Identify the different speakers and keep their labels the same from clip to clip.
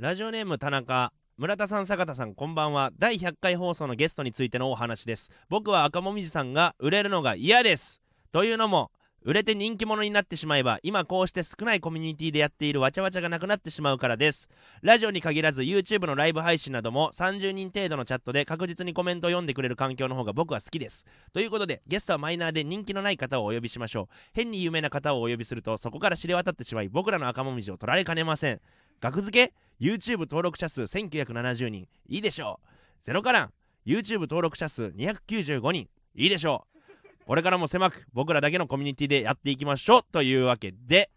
Speaker 1: ラジオネーム田中村田さん坂田さんこんばんは第100回放送のゲストについてのお話です僕は赤もみじさんが売れるのが嫌ですというのも売れて人気者になってしまえば今こうして少ないコミュニティでやっているわちゃわちゃがなくなってしまうからですラジオに限らず YouTube のライブ配信なども30人程度のチャットで確実にコメントを読んでくれる環境の方が僕は好きですということでゲストはマイナーで人気のない方をお呼びしましょう変に有名な方をお呼びするとそこから知れ渡ってしまい僕らの赤もみじを取られかねません額付け YouTube 登録者数1970人いいでしょうゼロカラン YouTube 登録者数295人いいでしょうこれからも狭く僕らだけのコミュニティでやっていきましょうというわけで、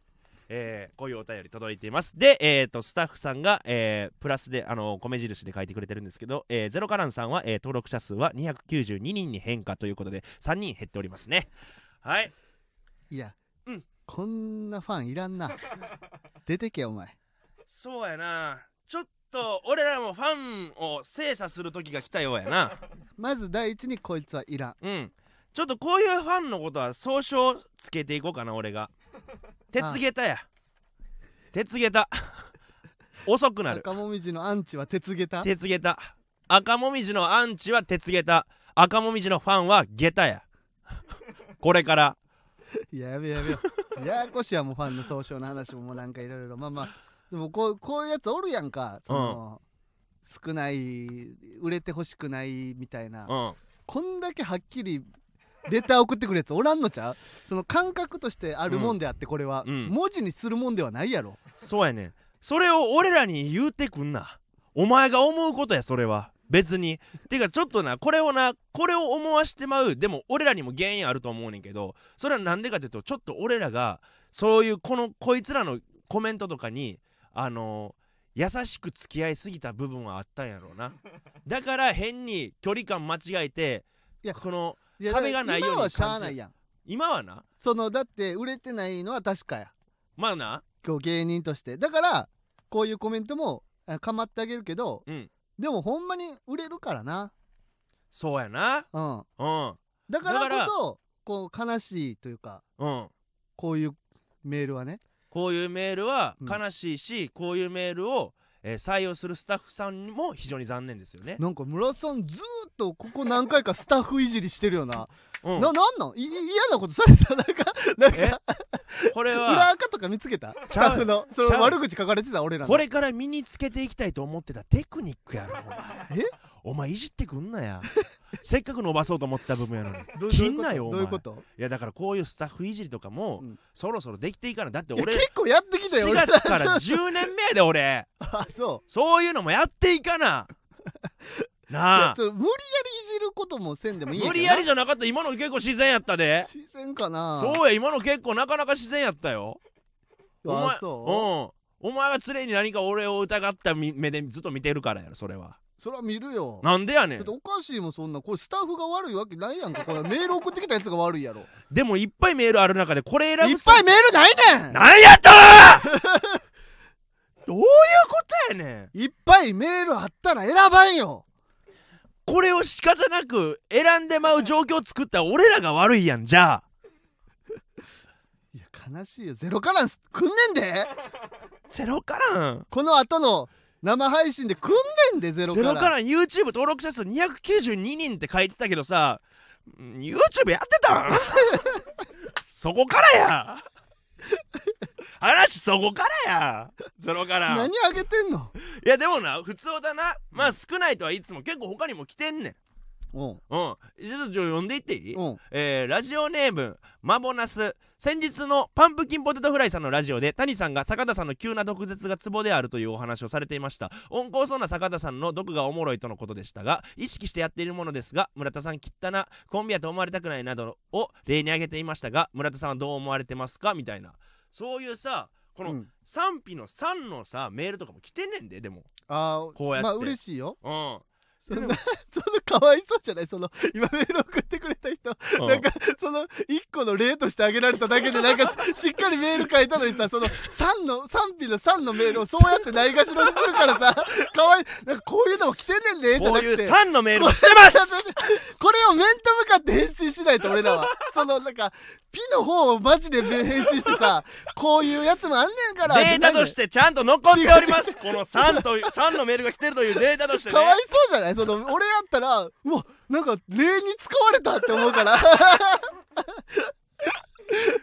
Speaker 1: えーこういうお便り届いていますで、えー、とスタッフさんが、えープラスであの米印で書いてくれてるんですけど、えーゼロカランさんは、えー登録者数は292人に変化ということで3人減っておりますねはい
Speaker 2: いや、
Speaker 1: うん
Speaker 2: こんなファンい らんな出てけお前
Speaker 1: そうやなちょっと俺らもファンを精査する時が来たようやな
Speaker 2: まず第一にこいつはいらん
Speaker 1: うんちょっとこういうファンのことは総称つけていこうかな俺が鉄下駄や鉄下駄 遅くなる
Speaker 2: 赤もみじのアンチは鉄下駄
Speaker 1: 鉄下駄赤もみじのアンチは鉄下駄赤もみじのファンは下駄やこれから
Speaker 2: いややべえや べえややこしいやもうファンの総称の話ももうなんかいろいろまあまあでもこうこういうやつおるやんかその、少ない売れてほしくないみたいな、
Speaker 1: うん
Speaker 2: こんだけはっきりレター送ってくるやつおらんのちゃうその感覚としてあるもんであってこれは、
Speaker 1: うん
Speaker 2: 文字にするもんではないやろ
Speaker 1: そうやねんそれを俺らに言うてくんなお前が思うことやそれは別にてかちょっとなこれをなこれを思わしてまうでも俺らにも原因あると思うねんけどそれはなんでかっていうとちょっと俺らがそういうこのこいつらのコメントとかにあの優しく付き合いすぎた部分はあったんやろうなだから変に距離感間違えて
Speaker 2: いや
Speaker 1: この
Speaker 2: いや
Speaker 1: 壁がないように
Speaker 2: 今はしゃあないやん
Speaker 1: 今はな
Speaker 2: そのだって売れてないのは確かや
Speaker 1: まあな
Speaker 2: こう芸人としてだからこういうコメントもあかまってあげるけど、
Speaker 1: うん
Speaker 2: でもほんまに売れるからな
Speaker 1: そうやな
Speaker 2: うん
Speaker 1: うん
Speaker 2: だか
Speaker 1: だ
Speaker 2: らこ
Speaker 1: から
Speaker 2: そこう悲しいというか
Speaker 1: うん
Speaker 2: こういうメールはね
Speaker 1: こういうメールは
Speaker 2: うん
Speaker 1: 悲しいし、こういうメールを、えー採用するスタッフさんも非常に残念ですよね。
Speaker 2: なんか村さんずーっとここ何回かスタッフいじりしてるよな、
Speaker 1: うん、
Speaker 2: ななんなんいい嫌なことされたな んかなん
Speaker 1: え
Speaker 2: か
Speaker 1: これ
Speaker 2: 裏
Speaker 1: は
Speaker 2: 垢とか見つけたス
Speaker 1: ち
Speaker 2: タ
Speaker 1: ゃ
Speaker 2: ッ
Speaker 1: う
Speaker 2: フのそ
Speaker 1: ちゃ
Speaker 2: の
Speaker 1: う
Speaker 2: 悪口書かれてた俺らの
Speaker 1: これから身につけていきたいと思ってたテクニックやろお前
Speaker 2: え
Speaker 1: お前いじってくんなや せっかく伸ばそうと思ってた部分やのに
Speaker 2: どうどうい
Speaker 1: 切
Speaker 2: うんこと
Speaker 1: なよお
Speaker 2: ど
Speaker 1: 前
Speaker 2: ういう
Speaker 1: い
Speaker 2: こと
Speaker 1: やだからこういうスタッフいじりとかも、
Speaker 2: うん
Speaker 1: そろそろできていかないだって
Speaker 2: いや
Speaker 1: 俺
Speaker 2: 結構やってきたよ
Speaker 1: 4
Speaker 2: 俺ら
Speaker 1: 月から 10年目やで俺
Speaker 2: あそう
Speaker 1: そういうのもやっていかな
Speaker 2: い
Speaker 1: な
Speaker 2: や
Speaker 1: あ
Speaker 2: ちょ無理やりいじることもせんでもいいんや
Speaker 1: 無
Speaker 2: け
Speaker 1: 理
Speaker 2: ど
Speaker 1: や
Speaker 2: な
Speaker 1: りじゃなかった今の結構自然やったで
Speaker 2: 自然かな
Speaker 1: そうや今の結構なかなか自然やったよ
Speaker 2: うわ
Speaker 1: お前
Speaker 2: そ
Speaker 1: う
Speaker 2: う
Speaker 1: んお前は常に何か俺を疑ったみ目でずっと見てるからやろそれは
Speaker 2: それは見るよ
Speaker 1: なんでやね
Speaker 2: だっ
Speaker 1: ん
Speaker 2: ておかしいもんそんなこれスタッフが悪いわけないやんかこれメール送ってきたやつが悪いやろいっ
Speaker 1: でもいっぱいメールある中でこれ選ぶ
Speaker 2: ぱいメールないねん
Speaker 1: なんやったら どういうことやねん
Speaker 2: いっぱいメールあったら選ばんよ
Speaker 1: これを仕方なく選んでまう状況を作った俺らが悪いやんじゃあ
Speaker 2: いや悲しいよゼロカランスくんねんで
Speaker 1: ゼロからん
Speaker 2: この後の生配信でくんねんでゼロ
Speaker 1: ゼ
Speaker 2: カラ
Speaker 1: ロ
Speaker 2: ン
Speaker 1: からん YouTube 登録者数292人って書いてたけどさうん YouTube やって たんそこからや話そこからやゼロからん
Speaker 2: 何
Speaker 1: い
Speaker 2: あげてんの
Speaker 1: やでもな普通だなまあ少ないとはいつも結構他にも来てんねん
Speaker 2: うん
Speaker 1: うんちょっとちょ呼んでいっていい、
Speaker 2: うん
Speaker 1: えーラジオネームマボナス先日のパンプキンポテトフライさんのラジオで谷さんが坂田さんの急な毒舌がツボであるというお話をされていました温厚そうな坂田さんの毒がおもろいとのことでしたが意識してやっているものですが村田さん切ったなコンビやと思われたくないなどを例に挙げていましたが村田さんはどう思われてますかみたいなそういうさこ
Speaker 2: う
Speaker 1: の
Speaker 2: ん
Speaker 1: 賛否の3のさメールとかも来てんねんででも
Speaker 2: あー
Speaker 1: こうやって
Speaker 2: まあ嬉しいよ
Speaker 1: うん
Speaker 2: そんなそのかわいそうじゃないその今メール送ってくれた人
Speaker 1: うん
Speaker 2: なんかその一個の例として挙げられただけでな んかししっかりメール書いたのにさその3の賛否の3のメールをそうやってないがしろにするか らさかわいなんかこういうのも来てんねんでじゃ
Speaker 1: こ
Speaker 2: な
Speaker 1: う
Speaker 2: くて
Speaker 1: いう3のメールも来てます
Speaker 2: これを面と向かって返信しないと俺らはそのなんかピの方をマジで編集してさこういうやつもあんねんから
Speaker 1: データとしててちゃんと残っており ますこの3という 三のメールが来てるというデータとしてね
Speaker 2: かわいそうじゃないその俺やったらうわなんか例に使われたって思うから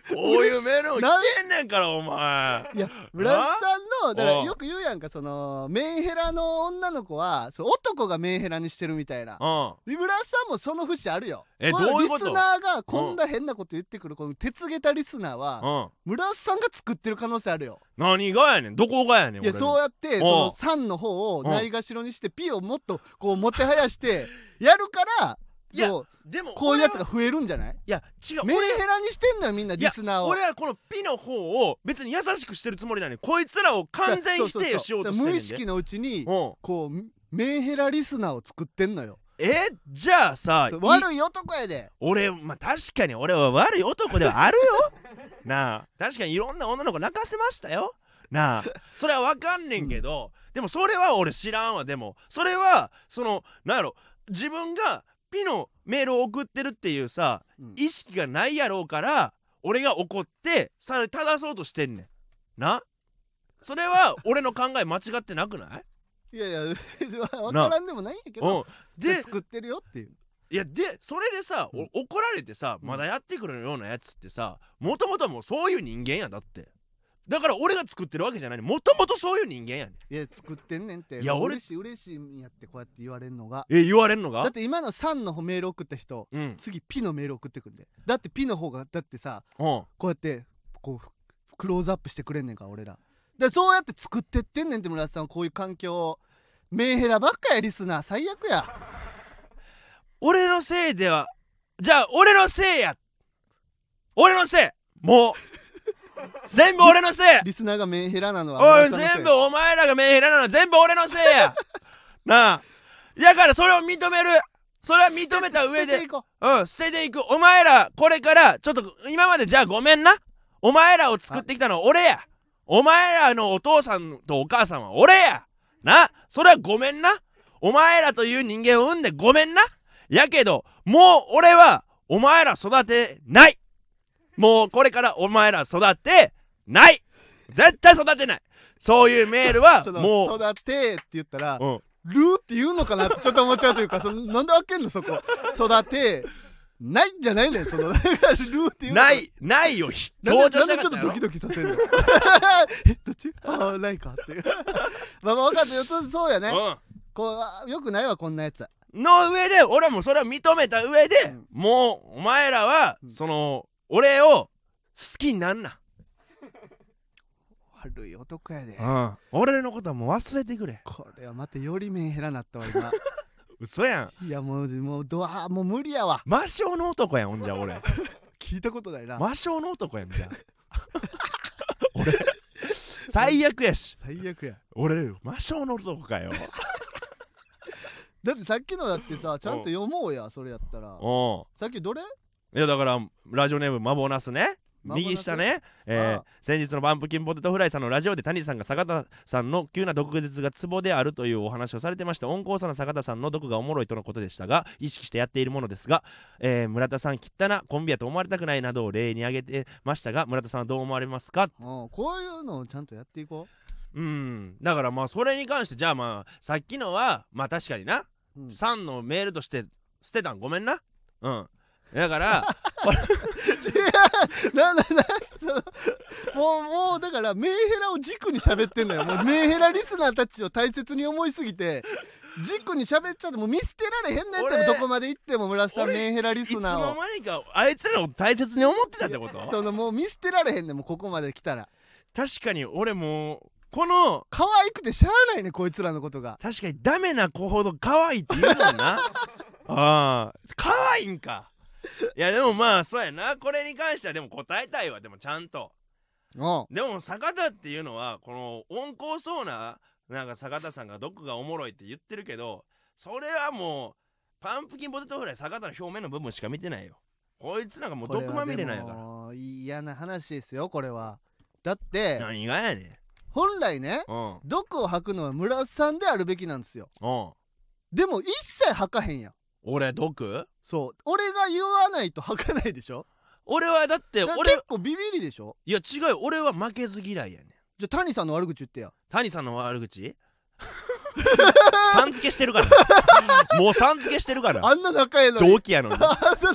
Speaker 1: こういうメールも来てんねんからお前
Speaker 2: いや村瀬さんのだから
Speaker 1: うん
Speaker 2: よく言うやんかそのメンヘラの女の子はそう男がメンヘラにしてるみたいな
Speaker 1: うん
Speaker 2: 村瀬さんもその節あるよ
Speaker 1: え
Speaker 2: この
Speaker 1: どういうこと
Speaker 2: リスナーがこんな変なこと言ってくるこの鉄下駄リスナーは
Speaker 1: うん
Speaker 2: 村瀬さんが作ってる可能性あるよ
Speaker 1: 何がやねんどこがやねん
Speaker 2: いや
Speaker 1: 俺の
Speaker 2: そうやって
Speaker 1: ん
Speaker 2: その3の方をないがしろにして P をもっとこうもてはやしてやるから
Speaker 1: いや
Speaker 2: こう
Speaker 1: でも
Speaker 2: こういうやつが
Speaker 1: 俺は
Speaker 2: 増えるんじゃない
Speaker 1: いや違う
Speaker 2: メンヘラにしてんのよみんなリスナーを
Speaker 1: 俺はこのピの方を別に優しくしてるつもりなのにこいつらを完全否定をしようとしてん
Speaker 2: 無
Speaker 1: ねんで
Speaker 2: 意識のうち
Speaker 1: う
Speaker 2: に
Speaker 1: ん
Speaker 2: こうメンヘラリスナーを作ってんのよ
Speaker 1: えじゃあさ
Speaker 2: そう
Speaker 1: い
Speaker 2: 悪い男やで
Speaker 1: 俺まあ確かに俺は悪い男ではあるよ なあ確かにいろんな女の子泣かせましたよなあそれはわかんねんけど、でもそれは俺知らんわでもそれはそのなんやろ自分がピのメールを送ってるっていうさ
Speaker 2: うん
Speaker 1: 意識がないやろうから俺が怒ってさ正そうとしてんねんなそれは俺の考え間違ってなくない
Speaker 2: いやいや わからんでもないんやけ
Speaker 1: うん
Speaker 2: ど
Speaker 1: で
Speaker 2: 作ってるよっていう
Speaker 1: いやでそれでさ、お
Speaker 2: うん
Speaker 1: 怒られてさ
Speaker 2: うん
Speaker 1: まだやってくるようなやつってさもともともうそういう人間やだってだから俺が作ってるわけじゃないもともとそういう人間やねん
Speaker 2: いや作ってんねんって
Speaker 1: いや俺
Speaker 2: 嬉しい嬉しいんやってこうやって言われるのが
Speaker 1: え言われんの
Speaker 2: だ
Speaker 1: が
Speaker 2: って今の3のメール送った人
Speaker 1: うんうん
Speaker 2: 次 P のメール送ってくんでだって P の方がだってさ
Speaker 1: こ
Speaker 2: こうやってこうクローズアップしてくれんねんから俺らだからそうやって作ってってんねんって村田さんはこういう環境をメンヘラばっかやリスナー最悪や
Speaker 1: 俺のせいではじゃあ俺のせいや俺のせい もう全部俺のせい
Speaker 2: リスナーがメンヘラなのは
Speaker 1: おい
Speaker 2: 村田さ
Speaker 1: 全
Speaker 2: んの
Speaker 1: 部お前らがメンヘラなの全部俺のせいやなあだからそれを認めるそれは認めた
Speaker 2: せい
Speaker 1: 上
Speaker 2: 捨て
Speaker 1: で
Speaker 2: ていこ
Speaker 1: うん、捨てていく。お前ら、これから、ちょっと、今までじゃあごめんな。お前らを作ってきたのは俺や。お前らのお父さんとお母さんは俺や。な、それはごめんな。お前らという人間を産んでごめんな。やけど、もう俺は、お前ら育てない。もうこれからお前ら育てない。絶対育てない。そういうメールは
Speaker 2: うそ、の
Speaker 1: も
Speaker 2: 育てって言ったら
Speaker 1: う、うん、
Speaker 2: ルーって言うのかなってちょっと思っちゃうというかその なんで開けんのそこ育てないんじゃないねんそのルーって言うのか
Speaker 1: ない、ないよ、ひ強
Speaker 2: なんで
Speaker 1: 調
Speaker 2: な
Speaker 1: した
Speaker 2: んで
Speaker 1: か
Speaker 2: ちょ
Speaker 1: っ
Speaker 2: ったと
Speaker 1: や
Speaker 2: ド
Speaker 1: ろ
Speaker 2: キドキさせるの えどっちああないかっていう まあまあ分かったよそそうやね
Speaker 1: うん
Speaker 2: こうあよくないわこんなやつ
Speaker 1: の上で俺はもうそれを認めた上で、
Speaker 2: うん
Speaker 1: もうお前らは
Speaker 2: うん
Speaker 1: その俺を好きになんな、
Speaker 2: 悪い男やで
Speaker 1: ん、俺のことはもう忘れてくれ
Speaker 2: これはまたよりメンヘラなったわ今
Speaker 1: 嘘やん
Speaker 2: いやもうもうドアもう無理やわ
Speaker 1: 魔性の男やんほんじゃ 俺
Speaker 2: 聞いたことないな
Speaker 1: 魔性の男やんじゃ 俺最悪やし
Speaker 2: 最悪や
Speaker 1: 俺魔性の男 かよ
Speaker 2: だってさっきのだってさちゃんと読もうやそれやったら
Speaker 1: お
Speaker 2: さっきどれ
Speaker 1: いやだからラジオネームマボナスね
Speaker 2: マボナス
Speaker 1: 右下ね、えー
Speaker 2: ああ
Speaker 1: 先日のパンプキンポテトフライさんのラジオで谷さんが坂田さんの急な毒舌がツボであるというお話をされてまして温厚さな坂田さんの毒がおもろいとのことでしたが意識してやっているものですが、えー村田さん切ったなコンビやと思われたくないなどを例に挙げてましたが村田さんはどう思われますか
Speaker 2: うんこういうのをちゃんとやって いこ
Speaker 1: うんだからまあそれに関してじゃあまあさっきのはまあ確かにな
Speaker 2: う、うん、
Speaker 1: さんのメールとして捨てたんごめんなうんだから
Speaker 2: なななそのもうもうだからメンヘラを軸に喋ってんのよもうメンヘラリスナーたちを大切に思いすぎて軸に喋っちゃってもう見捨てられへんねんって
Speaker 1: 俺
Speaker 2: どこまで行っても村瀬さん
Speaker 1: 俺
Speaker 2: メンヘラリ
Speaker 1: いつ
Speaker 2: ス
Speaker 1: の
Speaker 2: ナーを
Speaker 1: 間にかあいつらを大切に思ってたってこと
Speaker 2: そのもう見捨てられへんねんもうここまで来たら
Speaker 1: 確かに俺もうこの
Speaker 2: 可愛くてしゃあないねこいつらのことが
Speaker 1: 確かにダメな子ほど可愛いって言うもん なああ可愛いんかいやでもまあそうやなこれに関してはでも答えたいわでもちゃんと
Speaker 2: うん
Speaker 1: でも坂田っていうのはこの温厚そうななんか坂田さんが毒がおもろいって言ってるけどそれはもうパンプキンポテトフライ坂田の表面の部分しか見てないよこいつなんかもう毒まみれなんやから
Speaker 2: ら嫌な話ですよこれはだって
Speaker 1: 何がやねん
Speaker 2: 本来ね
Speaker 1: うんうん
Speaker 2: 毒を吐くのは村瀬さんであるべきなんですよでも一切吐かへんやん
Speaker 1: 俺毒
Speaker 2: そう俺が言わないと吐かないでしょ
Speaker 1: 俺はだって
Speaker 2: だから
Speaker 1: 俺
Speaker 2: 結構ビビりでしょ
Speaker 1: いや違うよ俺は負けず嫌いやねん
Speaker 2: じゃあ谷さんの悪口言ってや
Speaker 1: 谷さんの悪 口さん付けしてるからもうさん付けしてるから
Speaker 2: あんな仲ええのに
Speaker 1: 同期やのに
Speaker 2: あんな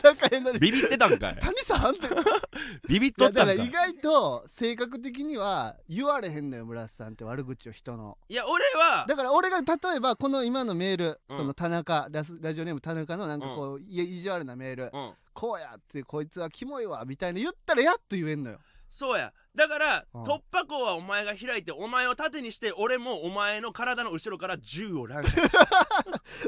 Speaker 2: 仲ええのに
Speaker 1: ビビってたんかい
Speaker 2: 谷さんあんた
Speaker 1: ビビっ
Speaker 2: い
Speaker 1: と
Speaker 2: や
Speaker 1: った
Speaker 2: だ
Speaker 1: ん
Speaker 2: か
Speaker 1: から
Speaker 2: 意
Speaker 1: い
Speaker 2: 外と性格的には言われへんのよ村瀬さんって悪口を人の
Speaker 1: や俺は
Speaker 2: だから俺が例えばこの今のメール、
Speaker 1: うん
Speaker 2: その田中ラスラジオネーム田中のなんかこう、いや意地悪なメール、
Speaker 1: うん
Speaker 2: こうやってこいつはキモいわみたいな言ったらやっと言えんのよ
Speaker 1: そうやだから
Speaker 2: うん
Speaker 1: 突破口はお前が開いてお前を盾にして俺もお前の体の後ろから銃を乱射 する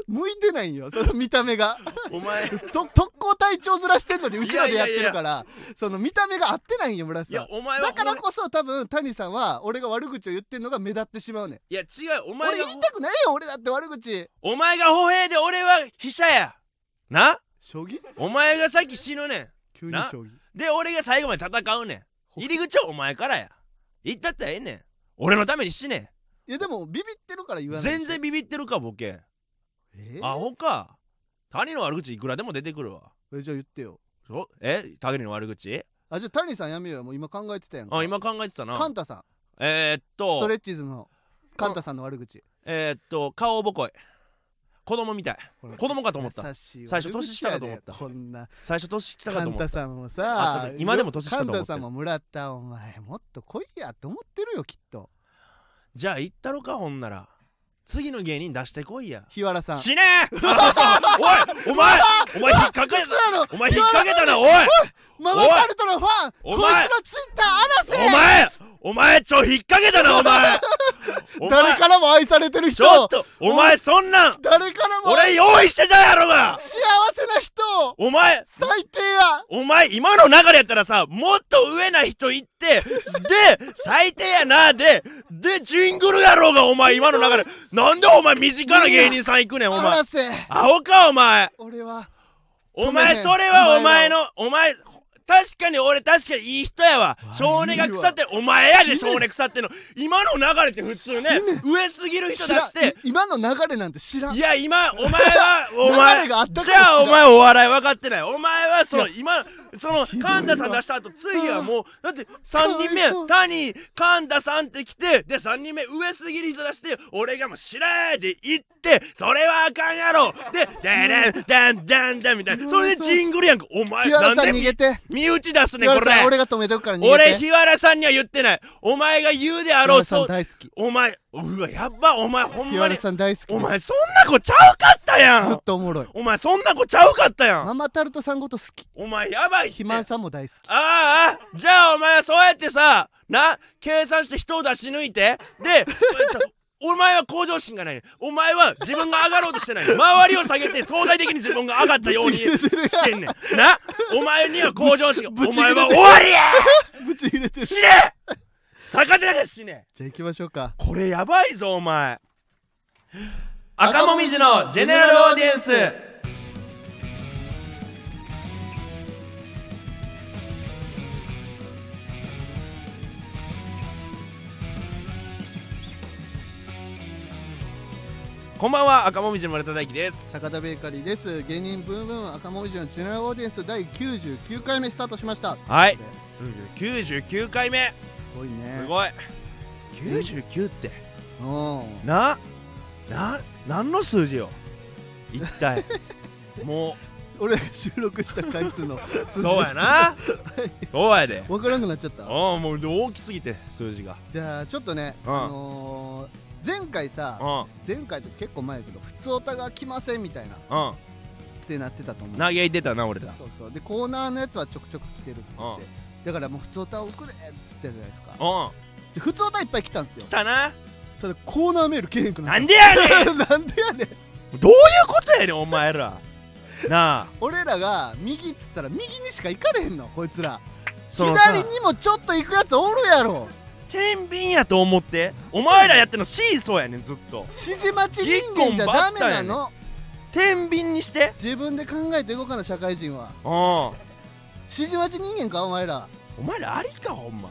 Speaker 2: 向いてないんよその見た目が
Speaker 1: お前
Speaker 2: と特攻隊長ずらしてんのに後ろでや
Speaker 1: いや
Speaker 2: ってる
Speaker 1: いやいや
Speaker 2: からその見た目が合ってないんよ村
Speaker 1: い
Speaker 2: 瀬さ
Speaker 1: や
Speaker 2: ん
Speaker 1: お前は
Speaker 2: だから
Speaker 1: ほんま
Speaker 2: こそ多分谷さんは俺が悪口を言ってんのが目立ってしまうねん
Speaker 1: いや違うお前
Speaker 2: 俺
Speaker 1: が
Speaker 2: 言いたくないよ俺だって悪口
Speaker 1: お前が歩兵で俺は飛車やな
Speaker 2: 将棋
Speaker 1: お前が先死ぬねん
Speaker 2: 急に
Speaker 1: な
Speaker 2: 将棋
Speaker 1: で俺が最後まで戦うねん入り口はお前からや言ったってええねん俺のために死ね
Speaker 2: いやでもビビってるから言
Speaker 1: ん
Speaker 2: わない
Speaker 1: 全然ビビってるかボケ
Speaker 2: え
Speaker 1: アホか谷の悪口いくらでも出てくるわ
Speaker 2: えじゃあ言ってよ
Speaker 1: そえ谷の悪口
Speaker 2: あじゃあ谷さんやめようよもう今考えてたやんか
Speaker 1: あ今考えてたな
Speaker 2: カンタさん
Speaker 1: えー、っ
Speaker 2: スト
Speaker 1: と
Speaker 2: レッチーズのカンタさんの悪口
Speaker 1: えー、っと顔ぼこい子供みたい子供かと思った
Speaker 2: 優しい
Speaker 1: 最初年下かと思った
Speaker 2: 悪口やでこんな
Speaker 1: 最初年下か
Speaker 2: カ
Speaker 1: と
Speaker 2: ン
Speaker 1: 思った
Speaker 2: タさんも
Speaker 1: あだ
Speaker 2: さ
Speaker 1: って今でも年下と思ってる
Speaker 2: カンタさんももらったお前もっと来いやって思ってるよきっと
Speaker 1: じゃあ行ったろかほんなら次の芸人出してこいや
Speaker 2: 日原さん
Speaker 1: 死ね えおいお前お前引っ掛けた
Speaker 2: 嘘やろ
Speaker 1: お前引っ掛けたなおい
Speaker 2: ママタルトのファンこい
Speaker 1: お
Speaker 2: つ
Speaker 1: 前
Speaker 2: のツイッター
Speaker 1: お
Speaker 2: 荒ら
Speaker 1: 前お前ちょ引っ掛けたなお前お
Speaker 2: せ
Speaker 1: 前
Speaker 2: 誰からも愛されてる
Speaker 1: ち
Speaker 2: 人
Speaker 1: ょっとお前そんなん
Speaker 2: 誰からも
Speaker 1: 俺用意してたやろが
Speaker 2: 幸せな人を
Speaker 1: お前
Speaker 2: 最低や
Speaker 1: お前今の流れやったらさもっと上な人行ってで最低やなででジングルやろうがお前今の流れなんでお前身近な芸人さん行くねんお前
Speaker 2: 荒瀬
Speaker 1: アホかお前
Speaker 2: 俺は
Speaker 1: お前それはお前のお前確かに俺確かにいい人やわ少年が腐ってるお前やで少年腐ってんの今の流れって普通ね上すぎる人出し
Speaker 2: 知らん
Speaker 1: て
Speaker 2: い今の流れなんて知らん
Speaker 1: いや今お前 はお
Speaker 2: 流
Speaker 1: 前
Speaker 2: れ
Speaker 1: じ
Speaker 2: があったから
Speaker 1: ゃあ
Speaker 2: 違う
Speaker 1: お前お笑い分かってないお前はその今そのカンタさん出した後次はもうだって3人目
Speaker 2: かわいそう
Speaker 1: 谷カンタさんって来てで3人目上すぎる人出して俺がもう知らーで行ってそれはあかんやろででででんでんでんみたいなそれでジングルやんかお前
Speaker 2: 日
Speaker 1: な
Speaker 2: 原
Speaker 1: ん
Speaker 2: さん
Speaker 1: で
Speaker 2: 逃げて
Speaker 1: 身内出すね
Speaker 2: 日
Speaker 1: んこ
Speaker 2: 原さん
Speaker 1: れ
Speaker 2: 俺が止めてるから逃げて
Speaker 1: 俺日原さんには言ってないお前が言うであろう
Speaker 2: 日原さ
Speaker 1: そ
Speaker 2: ん
Speaker 1: う
Speaker 2: 大好き
Speaker 1: お前うわやっばお前ほん
Speaker 2: 日
Speaker 1: まに
Speaker 2: 原さん大好き
Speaker 1: お前そんな子ちゃうかったや
Speaker 2: ずっ
Speaker 1: ん
Speaker 2: とおもろい
Speaker 1: お前そんな子ちゃうかったやん
Speaker 2: ママタルトさんごと好き
Speaker 1: お前やばいって
Speaker 2: 肥満さんも大好き
Speaker 1: ああああじゃあお前はそうやってさな計算して人を出し抜いて でお前は向上心がないねお前は自分が上がろうとしてないね周りを下げて相対的に自分が上がったようにしてんねんなお前には向上心
Speaker 2: ぶ
Speaker 1: がお
Speaker 2: ぶち切れ
Speaker 1: 前
Speaker 2: てる
Speaker 1: は終わりや
Speaker 2: ぶち入れてる
Speaker 1: 死ね逆手だから死ね
Speaker 2: じゃあ行きましょうか
Speaker 1: これやばいぞお前赤もみじのジェネラルオーディエンスこんばんは赤もみじの村田大樹です
Speaker 2: 高田ベーカリーです芸人ブームブーム赤もみじのジェネラルオーディエンス第99回目スタートしました
Speaker 1: はい
Speaker 2: というこ
Speaker 1: 99回目
Speaker 2: とですごいね
Speaker 1: すごい99って
Speaker 2: うん
Speaker 1: なな何の数字よ一 体も
Speaker 2: 俺が収録した回数の
Speaker 1: う そうやな そうやで
Speaker 2: 分からなくなっちゃった
Speaker 1: ああもう大きすぎて数字が
Speaker 2: じゃあちょっとね、
Speaker 1: うん
Speaker 2: あのー前回さ
Speaker 1: うん
Speaker 2: 前回と結構前やけど普通オタが来ませんみたいなっ
Speaker 1: う
Speaker 2: てなってたと思うん
Speaker 1: 嘆いてたな俺ら
Speaker 2: そうそうでコーナーのやつはちょくちょく来てるって言ってだからもう普通オタ送れっつってたじゃないですか
Speaker 1: うん
Speaker 2: で普通オタいっぱい来たんですよ
Speaker 1: だな
Speaker 2: ただコーナーメール来へんくな
Speaker 1: な
Speaker 2: った
Speaker 1: んでやねん
Speaker 2: なんでやねん
Speaker 1: どういうことやねんお前 らなあ
Speaker 2: 俺らが右っつったら右にしか行かれへんのこいつら
Speaker 1: そのさ
Speaker 2: 左にもちょっと行くやつおるやろ
Speaker 1: 天秤やと思ってお前らやってんのシーソーやねんずっと
Speaker 2: 指示待ち人間じゃダメな
Speaker 1: 一本バッタ
Speaker 2: の
Speaker 1: 天秤にして
Speaker 2: 自分で考えて動かな社会人は
Speaker 1: うんお
Speaker 2: 指示待ち人間かお前ら
Speaker 1: 前らありかほんま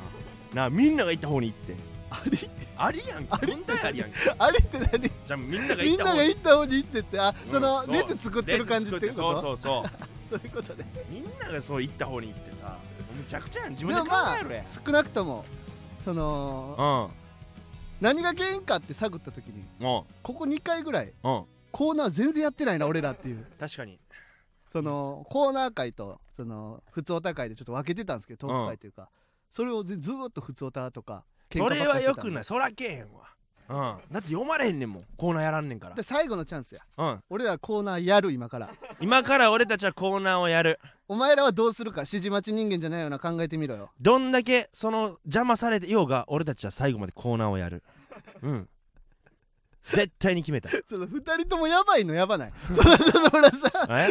Speaker 1: なあみんなが行った方に行って
Speaker 2: あり
Speaker 1: ありやんか
Speaker 2: あり
Speaker 1: 本当やありやんか
Speaker 2: ありって何
Speaker 1: じゃあみんなが
Speaker 2: み
Speaker 1: 行
Speaker 2: ん
Speaker 1: った
Speaker 2: な
Speaker 1: 方
Speaker 2: が
Speaker 1: に
Speaker 2: 行った方に行ってってあ
Speaker 1: うん
Speaker 2: その
Speaker 1: そう
Speaker 2: 列作ってる感じってこと
Speaker 1: 列作ってそうそうそう
Speaker 2: そういうことで
Speaker 1: みんながそう行った方に行ってさむちゃくちゃやん自
Speaker 2: で
Speaker 1: 分で
Speaker 2: も
Speaker 1: 考
Speaker 2: まあ
Speaker 1: えろや、
Speaker 2: 少なくともその何が原因かって探った時に
Speaker 1: うんうん
Speaker 2: ここ2回ぐらい
Speaker 1: うん
Speaker 2: コーナー全然やってないな俺らっていう
Speaker 1: 確かに
Speaker 2: そのコーナー会とその普通おた会でちょっと分けてたんですけどトーク会というか、それをずずーっと普通おたとか
Speaker 1: それはよくないいそらけえへんわうんだって読まれへんねんもんコーナーやらんねんから
Speaker 2: で最後のチャンスや
Speaker 1: うん
Speaker 2: 俺らコーナーやる今から
Speaker 1: 今から俺たちはコーナーをやる
Speaker 2: お前らはどうするか指示待ち人間じゃないような考えてみろよ
Speaker 1: どんだけその邪魔されてようが俺たちは最後までコーナーをやるうん絶対に決 めた
Speaker 2: その2人ともやばいのや ばないそのその俺さ
Speaker 1: え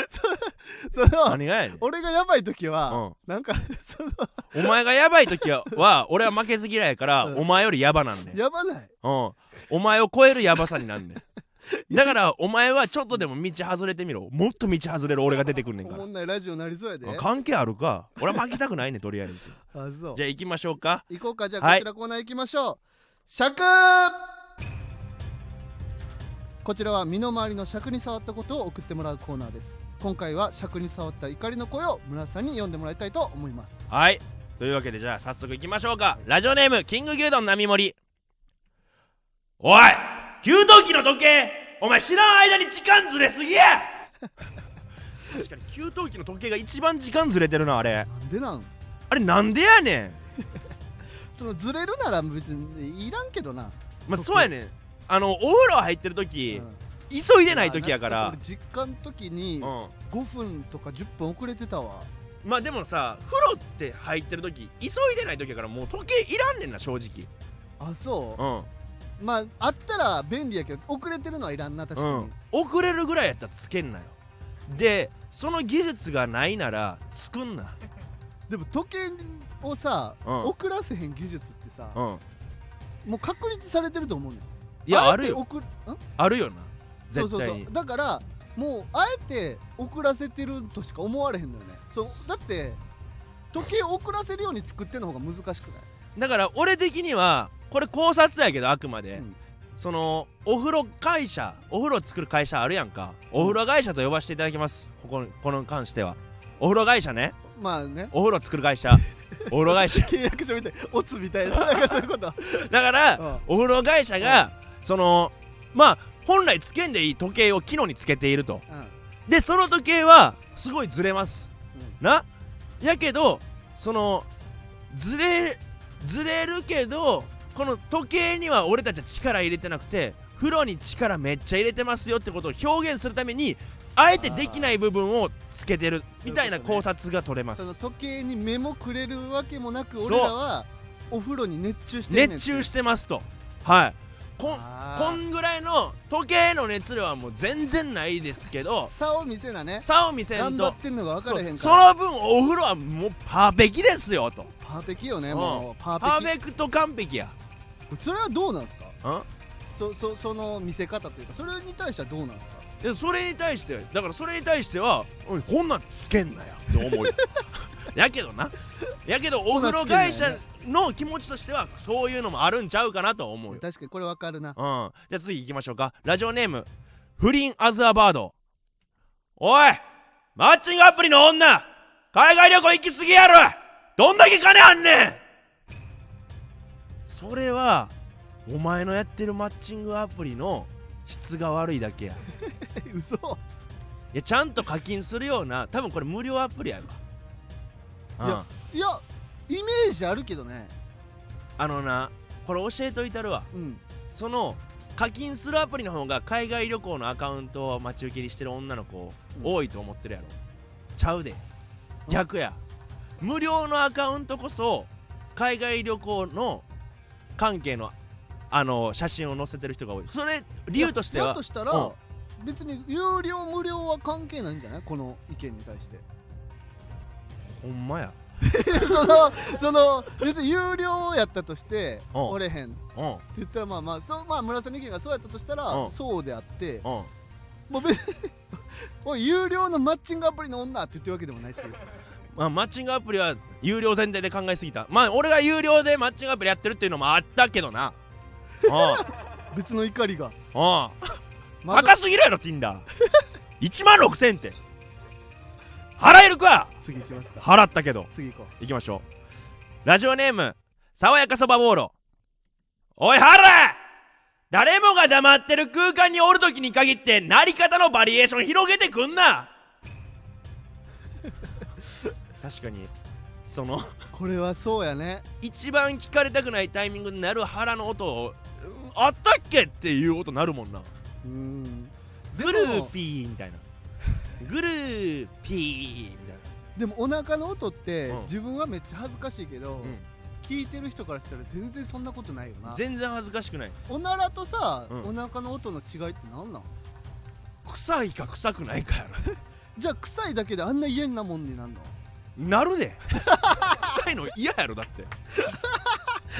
Speaker 2: その
Speaker 1: 何がやねん
Speaker 2: 俺がやばい時は、
Speaker 1: うん
Speaker 2: なんかその
Speaker 1: お前がやばい時はは俺は負けず嫌いやから、
Speaker 2: うん
Speaker 1: お前よりやばなんねん、うん、
Speaker 2: やばない
Speaker 1: お前を超えるやばさになんねんだからお前はちょっとでも道外れてみろもっと道外れる俺が出てくんねん
Speaker 2: お
Speaker 1: か
Speaker 2: も
Speaker 1: ら
Speaker 2: んないラジオになりそうやで
Speaker 1: あ
Speaker 2: あ
Speaker 1: 関係あるか俺は負けたくないねんとりあえ ず
Speaker 2: そう
Speaker 1: じゃあ行きましょうか
Speaker 2: 行こうかじゃあ
Speaker 1: は
Speaker 2: こ
Speaker 1: い
Speaker 2: ちらコーナー行きましょう、尺こちらは身の回りの尺に触ったことを送ってもらうコーナーです今回は尺に触った怒りの声を村さんに読んでもらいたいと思います
Speaker 1: はいというわけでじゃあ早速行きましょうかラジオネームキング牛丼並盛おい給湯器の時計お前知らん間に時間ずれすぎ や確かに給湯器の時計が一番時間ずれてるなあれ
Speaker 2: なんでなん
Speaker 1: あれなんでやねん
Speaker 2: そのずれるなら別にいらんけどな、
Speaker 1: まあ
Speaker 2: 時計
Speaker 1: そうやねんあのお風呂入ってる
Speaker 2: うん
Speaker 1: 時、急いでない時やか
Speaker 2: あ
Speaker 1: ら
Speaker 2: 懐しい俺実家の時に
Speaker 1: うん
Speaker 2: 5分とか10分遅れてたわ
Speaker 1: まあでもさ風呂って入ってる時急いでない時やからもう時計いらんねんな正直
Speaker 2: あそう
Speaker 1: うん
Speaker 2: まああったら便利やけど遅れてるのはいらんな確かに、
Speaker 1: うん、遅れるぐらいやったらつけんなよでその技術がないなら作んな
Speaker 2: でも時計をさ、
Speaker 1: うん
Speaker 2: 遅らせへん技術ってさ、
Speaker 1: うん
Speaker 2: もう確立されてると思うねん
Speaker 1: いやあ
Speaker 2: え
Speaker 1: る
Speaker 2: て
Speaker 1: よ
Speaker 2: 送ん
Speaker 1: あるよな
Speaker 2: そ
Speaker 1: 絶
Speaker 2: うそう
Speaker 1: 対
Speaker 2: そう
Speaker 1: に
Speaker 2: だからもうあえて遅らせてるとしか思われへんのよねそうだって時計を遅らせるように作ってんの方が難しくない
Speaker 1: だから俺的にはこれ考察やけどあくまで、
Speaker 2: うん
Speaker 1: そのお風呂会社お風呂作る会社あるやんかお風呂会社と呼ばせていただきますこここの関してはお風呂会社ね
Speaker 2: まあね
Speaker 1: お風呂作る会 社お風呂会社
Speaker 2: 契約書みたいオツみた いななんかそういうこと
Speaker 1: だから、お風呂会社が、そのまあ本来つけんでいい時計を機能につけていると
Speaker 2: うん、うん
Speaker 1: でその時計はすごいずれますなやけどそのずれずれるけどこの時計には俺たちは力入れてなくて風呂に力めっちゃ入れてますよってことを表現するためにあえてできない部分をつけてるみたいな
Speaker 2: そういう
Speaker 1: 考
Speaker 2: こと
Speaker 1: 察が取れま
Speaker 2: そ
Speaker 1: す
Speaker 2: の時計に目もくれるわけもなく
Speaker 1: そう
Speaker 2: 俺らはお風呂に熱中してんねん
Speaker 1: 熱中してますとはいこん
Speaker 2: あー
Speaker 1: こんぐらいの時計の熱量はもう全然ないですけど
Speaker 2: 差を見せなね
Speaker 1: 差を見せん
Speaker 2: 頑張
Speaker 1: と
Speaker 2: ってんのが分かれへんか
Speaker 1: そ
Speaker 2: ら
Speaker 1: の分お風呂はもうパーフェキですよと
Speaker 2: パーペキよね
Speaker 1: うん
Speaker 2: もうパ
Speaker 1: パ
Speaker 2: ー
Speaker 1: ーフ
Speaker 2: ペ
Speaker 1: ェクト完璧や
Speaker 2: キそれはどうなんですか
Speaker 1: うん
Speaker 2: そそその見せ方というかそれに対してはどうなんですか
Speaker 1: でそれに対してだからそれに対しては「おいこんなんつけんなや」って思うよ やけどなやけどお風呂会社の気持ちとしてはそういうのもあるんちゃうかなとは思うよ、うん、じ
Speaker 2: 確かにこれわかるな
Speaker 1: ゃあ次行きましょうかラジオネームフリン・アズ・ア・バードおいマッチングアプリの女海外旅行行きすぎやろどんだけ金あんねんそれはお前のやってるマッチングアプリの質が悪いだけや
Speaker 2: え嘘
Speaker 1: いやちゃんと課金するような多分これ無料アプリやわ、うん
Speaker 2: いや、いやイメージあるけどね
Speaker 1: あのなこれ教えといたるわ
Speaker 2: うん
Speaker 1: その課金するアプリの方が海外旅行のアカウントを待ち受けにしてる女の子
Speaker 2: うん
Speaker 1: 多いと思ってるやろ、ちゃうで逆や無料のアカウントこそ海外旅行の関係のあの写真を載せてる人が多いそれ理由として
Speaker 2: いやだ
Speaker 1: は
Speaker 2: としたら、
Speaker 1: うん
Speaker 2: 別に有料無料は関係ないんじゃないこの意見に対して
Speaker 1: ほんまや
Speaker 2: そのその別に有料やったとして
Speaker 1: うん
Speaker 2: 折れへんって
Speaker 1: うん
Speaker 2: 言ったらまあまあそうまあ村瀬の意見がそうやったとしたら
Speaker 1: うん
Speaker 2: そうであって
Speaker 1: うん
Speaker 2: もう別に おい有料のマッチングアプリの女って言ってるわけでもないし
Speaker 1: まあ、マッチングアプリは有料前提で考えすぎたまあ俺が有料でマッチングアプリやってるっていうのもあったけど なう
Speaker 2: 別の怒りが
Speaker 1: んうん
Speaker 2: まだ
Speaker 1: 高すぎるやろ Tinder1 万6000って払えるか
Speaker 2: 次行きますか
Speaker 1: 払ったけど
Speaker 2: 次行こ
Speaker 1: 行きましょうラジオネーム爽やかそばボーロおい原誰もが黙ってる空間におるときに限ってなり方のバリエーション広げてくん な確かにその
Speaker 2: うこれはそうやね
Speaker 1: 一番聞かれたくないタイミングになる腹の音をうんあったっけっていう音なるもんな
Speaker 2: うん
Speaker 1: グルーピーみたいな グルーピーみたい
Speaker 2: でもお腹の音って
Speaker 1: うん
Speaker 2: 自分はめっちゃ恥ずかしいけど
Speaker 1: な、うん
Speaker 2: 聞いてる人からしたら全然そんなことないよな
Speaker 1: 全然恥ずかしくない
Speaker 2: おならとさ
Speaker 1: う
Speaker 2: お腹の音の違いってなんなん
Speaker 1: 臭いか臭くないかや
Speaker 2: じゃあ臭いだけであんな嫌なもんになんの
Speaker 1: ろなるで臭いの嫌やろだって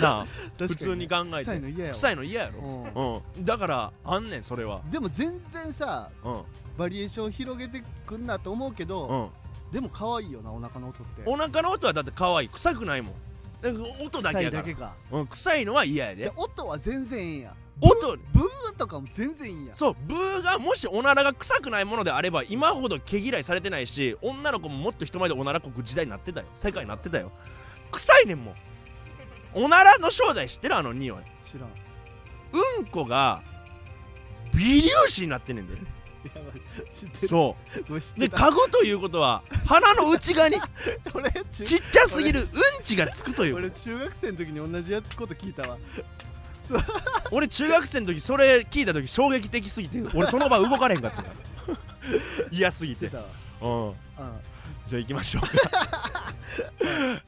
Speaker 1: なあ普通に考え
Speaker 2: 臭
Speaker 1: て
Speaker 2: いの嫌やわ
Speaker 1: 臭いの嫌やろ
Speaker 2: う
Speaker 1: うんだからあんねんそれは
Speaker 2: んでも全然さ
Speaker 1: うん
Speaker 2: バリエーション広げてくんなと思うけど、
Speaker 1: うん
Speaker 2: でも可愛いよなお腹の音って
Speaker 1: お腹の音はだって可愛い臭くないもんだから音だけ
Speaker 2: 臭
Speaker 1: やか
Speaker 2: いだ
Speaker 1: ら
Speaker 2: けか
Speaker 1: うん、臭いのは嫌や
Speaker 2: じ
Speaker 1: で
Speaker 2: ゃあ音は全然ええんや
Speaker 1: 音
Speaker 2: ブーとかも全然いいんや
Speaker 1: そうブーがもしおならが臭くないものであれば今ほど毛嫌いされてないし女の子ももっと人前でおならこく時代になってたよ世界になってたよ臭いねんもんおならの正体知ってるあの匂い
Speaker 2: 知らん
Speaker 1: うんこが微粒子になってんねんで
Speaker 2: やばい知ってる
Speaker 1: そ
Speaker 2: これ知っ
Speaker 1: うで
Speaker 2: てた
Speaker 1: カゴということは鼻の内側に
Speaker 2: これ中
Speaker 1: ちっちゃすぎるうんちがつくという
Speaker 2: 俺中学生の時に同じやつこと聞いたわ
Speaker 1: 俺中学生の時それ聞いた時衝撃的すぎて俺その場動かれへんかったから嫌すぎて
Speaker 2: 出
Speaker 1: うん
Speaker 2: たわうん
Speaker 1: じゃあ行きましょう か、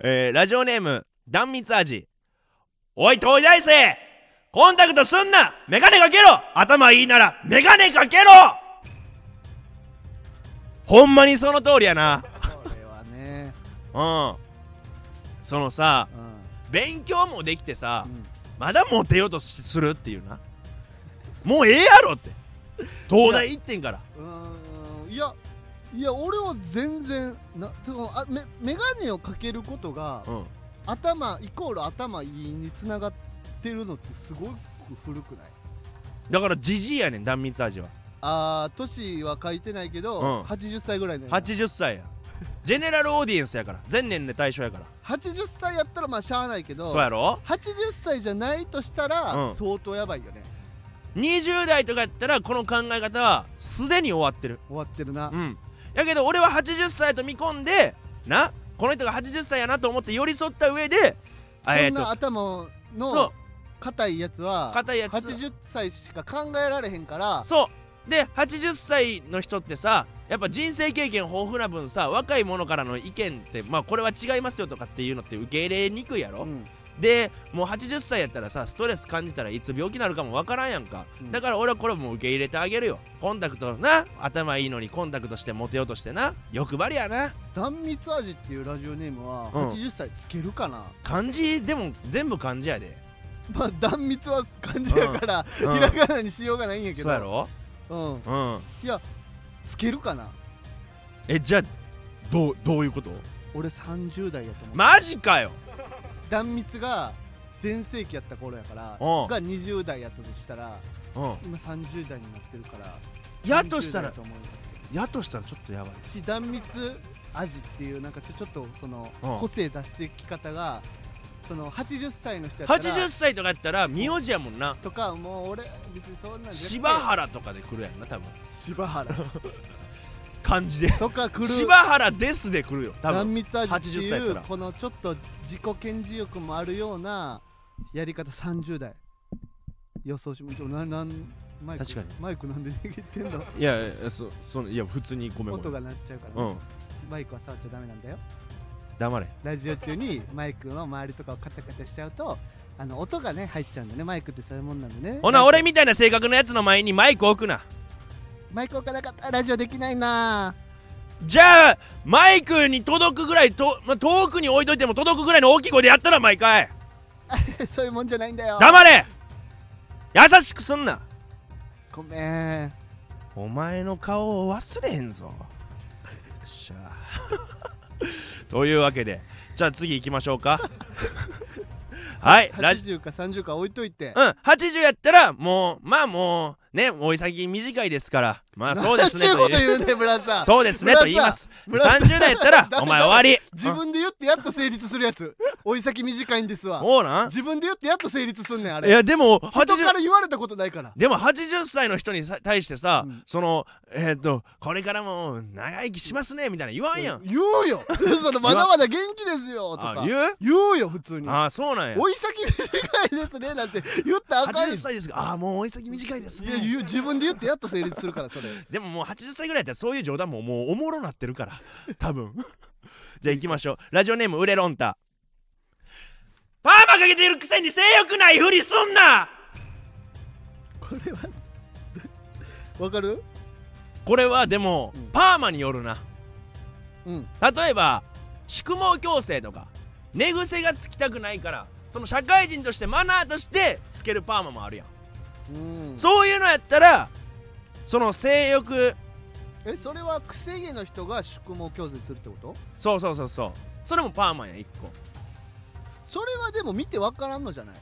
Speaker 1: えーラジオネーム断蜜味おい東大生コンタクトすんなメガネかけろ頭いいならメガネかけろほんまにその通りやな
Speaker 2: これはね
Speaker 1: うんそのさ
Speaker 2: うん
Speaker 1: 勉強もできてさ
Speaker 2: うん
Speaker 1: まだモテようとしするっていうなもうええやろって東大行ってんから
Speaker 2: うーんいやいや俺は全然なてかあめ眼鏡をかけることが
Speaker 1: うん
Speaker 2: 頭イコール頭いいにつながってるのってすごく古くない
Speaker 1: だからジジイやねん断蜜味は
Speaker 2: あー年は書いてないけど、
Speaker 1: うん
Speaker 2: 80歳ぐらいだよな
Speaker 1: 80歳 やジェネラルオーディエンスやから前年で対象やから
Speaker 2: 80歳やったらまあしゃあないけど
Speaker 1: そうやろ
Speaker 2: 80歳じゃないとしたら、
Speaker 1: うん
Speaker 2: 相当やばいよね
Speaker 1: 20代とかやったらこの考え方はすでに終わってる
Speaker 2: 終わってるな、
Speaker 1: うんやけど俺は80歳と見込んでなこの人が80歳やなと思って寄り添った上であえ
Speaker 2: そ
Speaker 1: っ
Speaker 2: んな
Speaker 1: と
Speaker 2: 頭
Speaker 1: そう
Speaker 2: の硬いやつは
Speaker 1: 硬いやつ
Speaker 2: 80歳しか考えられへんから
Speaker 1: そうで80歳の人ってさやっぱ人生経験豊富な分さ若い者からの意見ってまあこれは違いますよとかっていうのって受け入れにくいやろ、
Speaker 2: うん
Speaker 1: でもう80歳やったらさストレス感じたらいつ病気になるかもわからんやんか、
Speaker 2: うん
Speaker 1: だから俺はこれもう受け入れてあげるよコンタクトな頭いいのにコンタクトしてモテようとしてな欲張りやな
Speaker 2: 断蜜味っていうラジオネームは
Speaker 1: うん
Speaker 2: 80歳つけるかな、
Speaker 1: 漢字でも全部漢字やで、
Speaker 2: まあ断蜜は漢字やから、
Speaker 1: うん
Speaker 2: ひらがなにしようがないんやけ
Speaker 1: そ
Speaker 2: ど
Speaker 1: うやろ
Speaker 2: うん
Speaker 1: うん
Speaker 2: つけるかな
Speaker 1: えじゃあどうどういうこと
Speaker 2: 俺30代やと思う、
Speaker 1: マジかよ
Speaker 2: 断蜜が全盛期やった頃やから
Speaker 1: うん
Speaker 2: が20代やったとしたら
Speaker 1: う
Speaker 2: 今30代になってるから
Speaker 1: んやとした
Speaker 2: 30代
Speaker 1: ら
Speaker 2: と思いますけど
Speaker 1: やとしたらちょっとやばい
Speaker 2: し断蜜味っていうなんかちょちょっとその
Speaker 1: うん
Speaker 2: 個性出してき方がその80歳の人やった
Speaker 1: 80
Speaker 2: ら
Speaker 1: 歳とかやったら名字やもんな
Speaker 2: とかもう俺別にそんなん絶対
Speaker 1: 柴原とかで来るやんな多分
Speaker 2: 柴原
Speaker 1: 漢字で
Speaker 2: とか来 る
Speaker 1: 柴原ですで来るよ多
Speaker 2: 断
Speaker 1: 分
Speaker 2: 蜜味って
Speaker 1: 80歳や
Speaker 2: い
Speaker 1: っ
Speaker 2: う
Speaker 1: たら
Speaker 2: このちょっと自己顕示欲もあるようなやり方30代予想しましょうななんマイク
Speaker 1: 確かに
Speaker 2: マイクなんで握ってんの
Speaker 1: いやいやそそのいや普通にごめんごめん
Speaker 2: 音が鳴っちゃうから
Speaker 1: う
Speaker 2: ね、
Speaker 1: ん
Speaker 2: マイクは触っちゃダメなんだよ
Speaker 1: 黙れ
Speaker 2: ラジオ中にマイクの周りとかをカチャカチャしちゃうとあの音がね入っちゃうんだよねマイクってそういうもんなんでね
Speaker 1: ほな俺みたいな性格のやつの前にマイク置くな
Speaker 2: マイク置かなかったらラジオできないな
Speaker 1: じゃあマイクに届くぐらいと、ま、遠くに置いといても届くぐらいの大きい声でやったら毎回
Speaker 2: ぁそういうもんじゃないんだよ
Speaker 1: 黙れ優しくすんな
Speaker 2: ごめん
Speaker 1: お前の顔を忘れへんぞよっしゃ というわけでじゃあ次行きましょうかはいラジ
Speaker 2: 80か30か置いといて
Speaker 1: うん80やったらもうまあもうねお潔短いですからまあそう ですね
Speaker 2: 何ちゅうことと
Speaker 1: 言う
Speaker 2: 言うね村さん
Speaker 1: そうですねと言います
Speaker 2: 村さん
Speaker 1: 30代や ったら
Speaker 2: ダメ
Speaker 1: お前終わり
Speaker 2: 自分で言ってやっと成立するやつ追い先短いんですわ
Speaker 1: そうなん
Speaker 2: 自分で言ってやっと成立すんねんあ
Speaker 1: い
Speaker 2: れ
Speaker 1: やでも
Speaker 2: 人か
Speaker 1: 80
Speaker 2: ら言われたことないから
Speaker 1: でも80歳の人にさ対してさ、
Speaker 2: うん
Speaker 1: そのえーっとこれからも長生きしますねみたいな言わんやん
Speaker 2: 言うよ そのまだまだ元気ですよと
Speaker 1: あ
Speaker 2: か
Speaker 1: 言う
Speaker 2: 言うよ普通に
Speaker 1: あそうなんや
Speaker 2: 追い先短いですねなんて言ったらあか
Speaker 1: 80
Speaker 2: んよ
Speaker 1: 歳ですがあもうお先短いです
Speaker 2: いや
Speaker 1: ね
Speaker 2: 言う自分で言ってやっと成立するからそれ
Speaker 1: でももう80歳ぐらいだったらそういう冗談ももうおもろなってるから 多分じゃあ行きましょうラジオネームウレロンタパーマかけているくせに性欲ないふりすんな
Speaker 2: これはわかる
Speaker 1: これはでも、
Speaker 2: うん
Speaker 1: パーマによるな
Speaker 2: うん
Speaker 1: 例えば宿毛矯正とか寝癖がつきたくないからその社会人としてマナーとしてつけるパーマもあるやん、
Speaker 2: うん
Speaker 1: そういうのやったらその性欲
Speaker 2: えそれはくせ毛の人が宿毛矯正するってこと
Speaker 1: そうそうそうそうそれもパーマや1個
Speaker 2: それはでも見てわからんのじ ゃない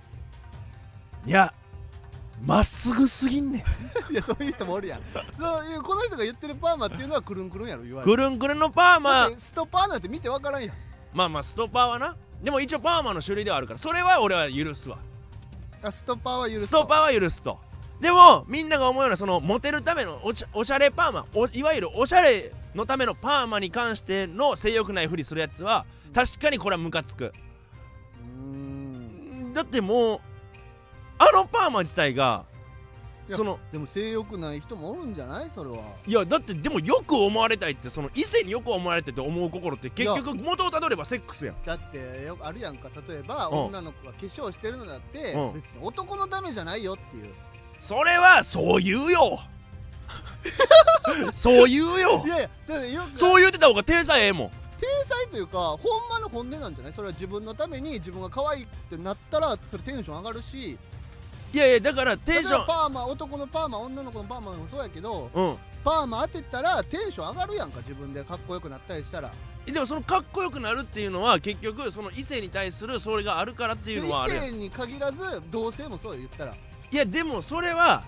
Speaker 1: いやまっすぐすぎんねん
Speaker 2: いやそういう人もおるやんそういうこの人が言ってるパーマっていうのはくるんくるんやろ言わ れ
Speaker 1: くるんくるんのパーマ
Speaker 2: ストッパーなんて見てわからんやん
Speaker 1: まあまあストッパーはなでも一応パーマの種類ではあるからそれは俺は許すわ
Speaker 2: あストッパーは許す
Speaker 1: ストッパーは許すとでもみんなが思うようなそのモテるためのおしゃおしゃれパーマおいわゆるおしゃれのためのパーマに関しての性欲ないふりするやつは確かにこれはムカつく
Speaker 2: うーん
Speaker 1: だってもうあのパーマ自体が
Speaker 2: いや
Speaker 1: その
Speaker 2: でも性欲ない人もおるんじゃないそれはい
Speaker 1: やだってでもよく思われたいってその異性によく思われてって思う心って結局元をたどればセックスやん
Speaker 2: だってよくあるやんか例えば
Speaker 1: うん
Speaker 2: 女の子が化粧してるのだって
Speaker 1: うん
Speaker 2: 別に男のためじゃないよっていう
Speaker 1: それはそう言う よそう言うよ
Speaker 2: いやいやだってよく
Speaker 1: そう言うてた方が体裁ええもん
Speaker 2: 天才というかほんまの本音なんじゃないそれは自分のために自分が可愛いってなったらそれテンション上がるし
Speaker 1: いやいやだからテンシ
Speaker 2: 例えば
Speaker 1: ョ
Speaker 2: パーマ男のパーマ女の子のパーマもそうやけど
Speaker 1: ン
Speaker 2: パーマ当てたらテンション上がるやんか自分でかっこよくなったりしたらっ
Speaker 1: うんでもそのかっこよくなるっていうのは結局その異性に対するそれがあるからって
Speaker 2: て
Speaker 1: いうのはあるやんい
Speaker 2: に限らず同性もそうよ言ったら
Speaker 1: やでもそれは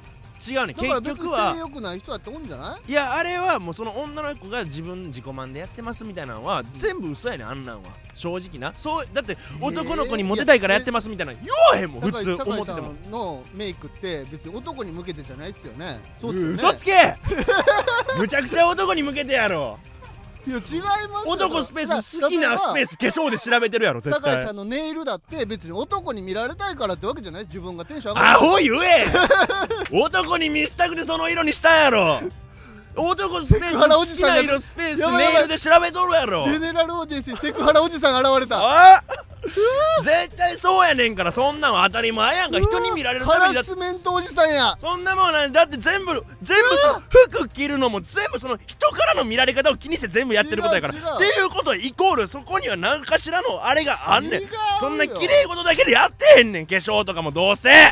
Speaker 1: 違うねん
Speaker 2: だから
Speaker 1: 結
Speaker 2: 別
Speaker 1: 局
Speaker 2: に性
Speaker 1: は
Speaker 2: 欲ない人だっておんじゃない
Speaker 1: いやあれはもうその女の子が自分自己満でやってますみたいなのは全部嘘やねんあんなんは正直なそうだって男の子にモテたいからやってますみたいな言わへんもん普
Speaker 2: 酒
Speaker 1: 通
Speaker 2: 井酒
Speaker 1: 思っ
Speaker 2: 井
Speaker 1: て
Speaker 2: さ
Speaker 1: ても
Speaker 2: んのメイクって別に男に向けてじゃないっすよねそうですよ
Speaker 1: 嘘
Speaker 2: ね
Speaker 1: つけ むちゃくちゃ男に向けてやろ
Speaker 2: いや違いますよ
Speaker 1: 男スペース好きなスペー
Speaker 2: ス
Speaker 1: ス化粧で調べてるやろ絶
Speaker 2: 酒井
Speaker 1: 対
Speaker 2: さんのネイルだって別に男に見られたいからってわけじゃないです自分がテンション上がる
Speaker 1: アホ言え男に見せたくてその色にしたんやろ男スペー
Speaker 2: セ
Speaker 1: ス
Speaker 2: クハラお
Speaker 1: 好
Speaker 2: じ
Speaker 1: き
Speaker 2: さんが
Speaker 1: な色スペース
Speaker 2: やばいやばい
Speaker 1: メールで調べとるやろ
Speaker 2: ジェネラルオーディエンスにセクハラおじさんが現れた
Speaker 1: あ絶対そうやねんからそんなんは当たり前やんか人に見られるために
Speaker 2: ハ
Speaker 1: だ
Speaker 2: ラ
Speaker 1: って
Speaker 2: スメントおじさんや
Speaker 1: そんなもんないだって全部全部その服着るのも全部その人からの見られ方を気にして全部やってることやから
Speaker 2: 違
Speaker 1: っ
Speaker 2: う
Speaker 1: て
Speaker 2: 違う
Speaker 1: いうことはイコールそこには何かしらのあれがあんねん
Speaker 2: 違うよ
Speaker 1: そんな綺麗事だけでやってへんねん化粧とかもどうせ
Speaker 2: 違うよ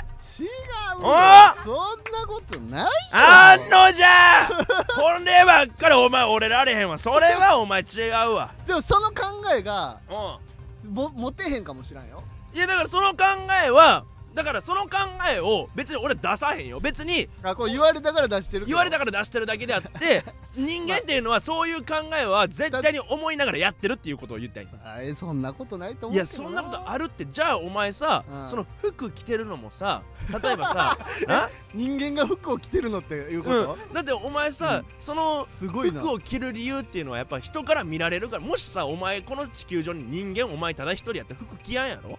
Speaker 1: あ
Speaker 2: そんなことないよ
Speaker 1: あんのじゃこればっかりお前折れられへんわそれはお前違うわ
Speaker 2: でもその考えが
Speaker 1: う
Speaker 2: もモテへんかもしらんよ
Speaker 1: んいやだからその考えはだからその考えを別に俺出さへんよ別に
Speaker 2: あこれ言われたから出してるけど
Speaker 1: 言われたから出してるだけであって 人間っていうのはそういう考えは絶対に思いながらやってるっていうことを言ったい
Speaker 2: あえそんなことない
Speaker 1: い
Speaker 2: と思うけど
Speaker 1: やそんなことあるってじゃあお前
Speaker 2: う
Speaker 1: さ
Speaker 2: ん
Speaker 1: その服着てるのもさ例えば さあ
Speaker 2: 人間が服を着てるのっていうこと、
Speaker 1: うん、だってお前さ、その
Speaker 2: すごいな
Speaker 1: 服を着る理由っていうのはやっぱ人から見られるからもしさお前この地球上に人間お前ただ一人やって服着やんやろ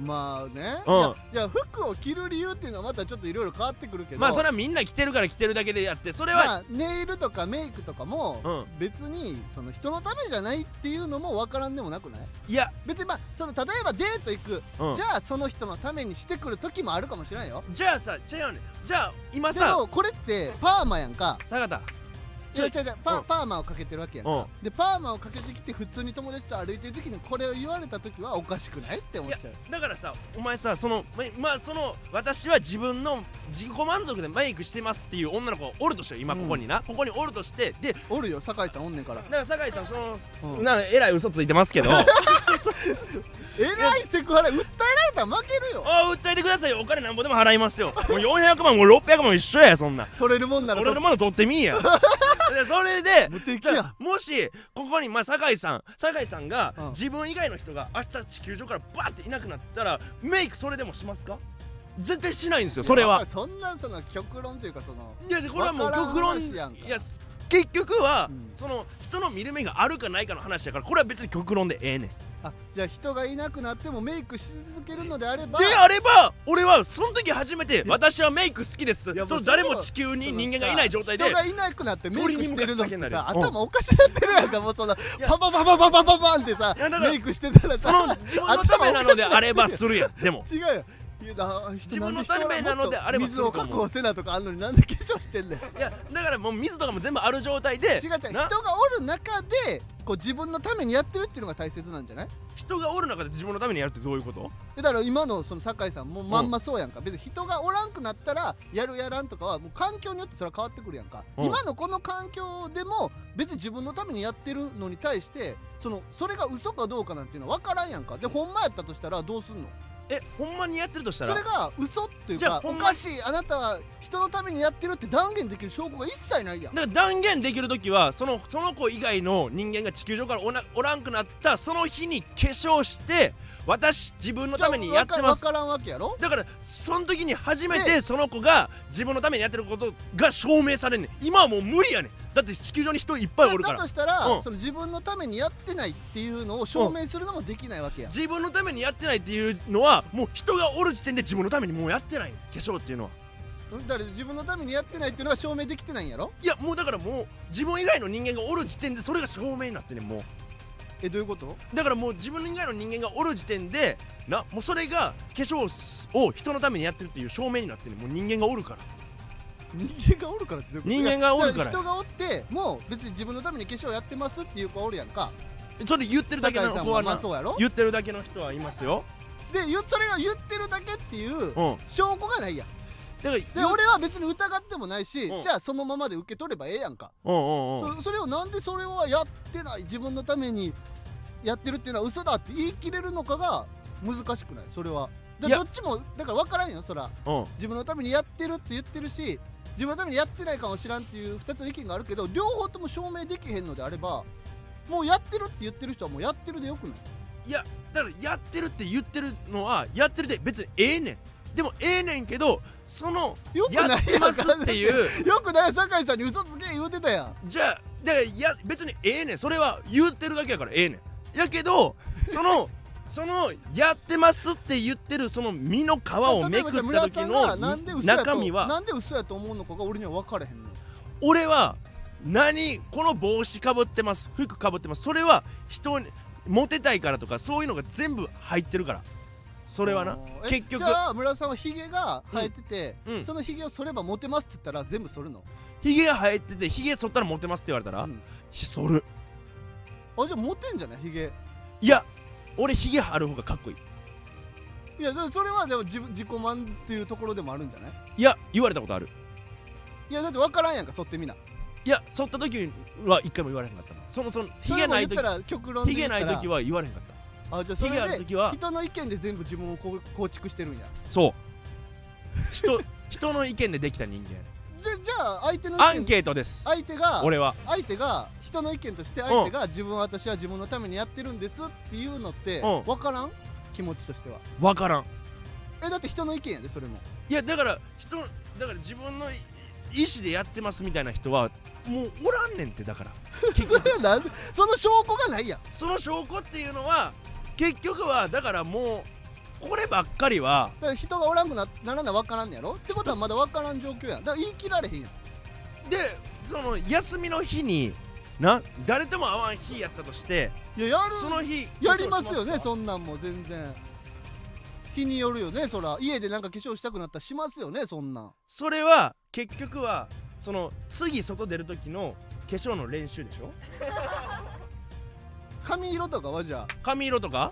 Speaker 2: まあね、
Speaker 1: うん
Speaker 2: いやいや服を着る理由っていうのはまたちょっといろいろ変わってくるけど
Speaker 1: まあそれはみんな着てるから着てるだけでやってそれ
Speaker 2: ま
Speaker 1: は、
Speaker 2: あネイルとかメイクとかも、
Speaker 1: うん
Speaker 2: 別にその人のためじゃないっていうのも分からんでもなくない
Speaker 1: いや、
Speaker 2: 別にまあその例えばデート行く、
Speaker 1: うん
Speaker 2: じ
Speaker 1: じゃ
Speaker 2: ゃあその人のためにしてくる時もあるかもしれないよ
Speaker 1: あさ違うねんじゃあ今
Speaker 2: で
Speaker 1: さ
Speaker 2: もこれってパーマやんか
Speaker 1: 坂田
Speaker 2: 違う違う違うパ,、
Speaker 1: うん
Speaker 2: パーマをかけてるわけやん
Speaker 1: うん
Speaker 2: かでパーマをかけてきて普通に友達と歩いてる時にこれを言われた時はおかしくないって思っちゃう
Speaker 1: だからさお前さそのままあその私は自分の自己満足でメイクしてますっていう女の子がおるとしてよ今ここにな、ここにおるとしてで
Speaker 2: おるよ酒井さんおんねんから、
Speaker 1: なんか酒井さんその、
Speaker 2: うん
Speaker 1: なんかえらい嘘ついてますけ どあ
Speaker 2: えらいセクハラ訴えられたら負けるよ
Speaker 1: 訴えてくださいよお金なんぼでも払いますよもう400万もう600万も一緒やそんな
Speaker 2: 取れるもんなら
Speaker 1: 俺のもの取ってみい やでそれで
Speaker 2: 無敵やん
Speaker 1: もしここにまあ酒井さん酒井さんが、
Speaker 2: うん
Speaker 1: 自分以外の人が明日地球上からバーっていなくなったらメイクそれでもしますか絶対しないんですよそれは
Speaker 2: そんなその極論というかその
Speaker 1: いやでこれはもう
Speaker 2: わからん
Speaker 1: 極論い
Speaker 2: 話やんか
Speaker 1: や結局は、
Speaker 2: うん
Speaker 1: その人の見る目があるかないかの話やからこれは別に極論でええねんで
Speaker 2: あじゃあ人がいなくなってもメイクし続けるのであれば
Speaker 1: あれば俺はその時初めて私はメイク好きですそ
Speaker 2: いやもう
Speaker 1: の
Speaker 2: それ
Speaker 1: 誰
Speaker 2: は
Speaker 1: も地球に人間がいない状態で
Speaker 2: 人がいなくなってメイクしてるぞっ
Speaker 1: 鳥に向かって叫
Speaker 2: てさ
Speaker 1: んだり
Speaker 2: 頭おかしなってるやんかもうその
Speaker 1: や
Speaker 2: パパパパパパパパンってさ
Speaker 1: いやだから
Speaker 2: メイクしてたら
Speaker 1: そ
Speaker 2: さ
Speaker 1: の自分のためなのであればするやんでも
Speaker 2: 違うよいやだ
Speaker 1: 自分のためなのであれば
Speaker 2: 水を確保せなとかあんのになんで化粧してんねん違
Speaker 1: いやだからもう水とかも全部ある状態で
Speaker 2: う違う人
Speaker 1: な
Speaker 2: がおる中でこう自分のためにやってるっていうのが大切なんじゃない
Speaker 1: 人がおる中で自分のためにやるってどういうこと
Speaker 2: でだから今のその酒井さんもまんまそうやんか、別に人がおらんくなったらやるやらんとかはもう環境によってそれは変わってくるやんか、
Speaker 1: うん
Speaker 2: 今のこの環境でも別に自分のためにやってるのに対してそのそれが嘘かどうかなんていうのは分からんやんかでほんまやったとしたらどうすんの
Speaker 1: えほんまにやってるとした
Speaker 2: それ
Speaker 1: ら
Speaker 2: が嘘っていう
Speaker 1: じゃあ
Speaker 2: か
Speaker 1: ほ
Speaker 2: お
Speaker 1: んまに
Speaker 2: かしいあなたは人のためにやってるって断言できる証拠が一切ないやん
Speaker 1: だから断言できる時はそのその子以外の人間が地球上からおなおらんくなったその日に化粧して私自分のためにやってます
Speaker 2: 分からんわけやろ
Speaker 1: だからその時に初め
Speaker 2: ね
Speaker 1: てその子が自分のためにやってることが証明されんねん今はもう無理やねんだって地球上に人いっぱいおるか
Speaker 2: だ
Speaker 1: ら
Speaker 2: としたら、
Speaker 1: うん
Speaker 2: その自分のためにやってないっていうのを証明するのもできないわけやん、
Speaker 1: 自分のためにやってないっていうのはもう人がおる時点で自分のためにもうやってないねん化粧っていうのは
Speaker 2: だから自分のためにやってないっていうのは証明できてないんやろ
Speaker 1: いやもうだからもう自分以外の人間がおる時点でそれが証明になってんねんもう
Speaker 2: えどういうこと
Speaker 1: だからもう自分以外の人間がおる時点でなもうそれが化粧を人のためにやってるっていう証明になってるもう人間がおるから
Speaker 2: 人間がおるからってどういうこと
Speaker 1: 人間がおるから
Speaker 2: いやだ人がおってもう別に自分のために化粧やってますっていう子おるやんか
Speaker 1: それ言ってるだけの
Speaker 2: 酒井さん
Speaker 1: 子
Speaker 2: も
Speaker 1: は
Speaker 2: まあ
Speaker 1: な
Speaker 2: そうやろ
Speaker 1: 言ってるだけの人はいますよ
Speaker 2: でゆそれを言ってるだけっていう
Speaker 1: うん
Speaker 2: 証拠がないやん
Speaker 1: だから
Speaker 2: で俺は別に疑ってもないし、
Speaker 1: うん
Speaker 2: じゃあそのままで受け取ればええやんか、
Speaker 1: うんうんうん
Speaker 2: そそれをなんでそれはやってない自分のためにやってるっていうのは嘘だって言い切れるのかが難しくないそれはだ
Speaker 1: いや
Speaker 2: どっちもだから分からんよそら
Speaker 1: うん
Speaker 2: 自分のためにやってるって言ってるし自分のためにやってないかもしらんっていう2つの意見があるけど両方とも証明できへんのであればもうやってるって言ってる人はもうやってるでよくない
Speaker 1: だからやってるって言ってるのはやってるで別にええねんでもええねんけどその
Speaker 2: よくない
Speaker 1: やってます
Speaker 2: やん
Speaker 1: っていう
Speaker 2: よくない酒井さんに嘘つけ言うてたやん
Speaker 1: じゃあだからいや別にええねんそれは言ってるだけやからええねんやけど そのそのやってますって言ってるその身の皮をめくった
Speaker 2: 例えば村
Speaker 1: 時
Speaker 2: さんが
Speaker 1: の
Speaker 2: なんで嘘やと
Speaker 1: 中身は
Speaker 2: なんで嘘やと思うのかが俺には分からへんの
Speaker 1: 俺は何この帽子かぶってます服かぶってますそれは人にモテたいからとかそういうのが全部入ってるからそれはな
Speaker 2: え
Speaker 1: 結局
Speaker 2: じゃあ村さんはヒゲが生えてて、
Speaker 1: うんうん
Speaker 2: そのヒゲを剃ればモテますって言ったら全部剃るの、
Speaker 1: ヒゲが生えててヒゲ剃ったらモテますって言われたら、
Speaker 2: うん
Speaker 1: ひ剃る
Speaker 2: あじゃあモテんじゃないヒゲ
Speaker 1: いや俺ヒゲある方がかっこいい
Speaker 2: いやでもそれはでも自分自己満っていうところでもあるんじゃない
Speaker 1: いや言われたことある
Speaker 2: いやだって分からんやんか剃ってみない
Speaker 1: や剃った時は一回も言われへんかったのそのそのヒ
Speaker 2: それ
Speaker 1: ゲ
Speaker 2: も
Speaker 1: な
Speaker 2: 言
Speaker 1: い
Speaker 2: っ
Speaker 1: 時
Speaker 2: たら極論で
Speaker 1: ヒ
Speaker 2: 言
Speaker 1: ゲ
Speaker 2: っ
Speaker 1: な
Speaker 2: た
Speaker 1: い
Speaker 2: ら
Speaker 1: 時は言われへんかった
Speaker 2: あじゃあそ
Speaker 1: ヒゲあ
Speaker 2: れ
Speaker 1: る
Speaker 2: で
Speaker 1: 時は
Speaker 2: 人の意見で全部自分をこう構築してるんや
Speaker 1: そう人人の意見でできた人間
Speaker 2: じゃじゃあ相手の
Speaker 1: ア
Speaker 2: 意
Speaker 1: ン
Speaker 2: 見
Speaker 1: ケートです
Speaker 2: 相手が
Speaker 1: 俺は
Speaker 2: 相手が人の意見として相手が自分私は自分のためにやってるんですっていうのって
Speaker 1: うん
Speaker 2: 分からん気持ちとしては
Speaker 1: 分からん
Speaker 2: えだって人の意見やでそれも
Speaker 1: いやだから人だから自分のい意思でやってますみたいな人はもうおらんねんってだから
Speaker 2: そ れはなんでその証拠がないやん
Speaker 1: その証拠っていうのは結局はだからもうこればっかりは
Speaker 2: だから人がおらんくなならな分からんねやろってことはまだ分からん状況やんだから言い切られへんやん
Speaker 1: でその休みの日にな誰とも会わん日やったとして
Speaker 2: いややる
Speaker 1: その日
Speaker 2: やりますよね
Speaker 1: う
Speaker 2: そんなんも全然日によるよねそら家でなんか化粧したくなったらしますよねそんなん
Speaker 1: それは結局はその次外出る時の化粧の練習でしょ
Speaker 2: 髪色とかはじゃあ
Speaker 1: 髪色とか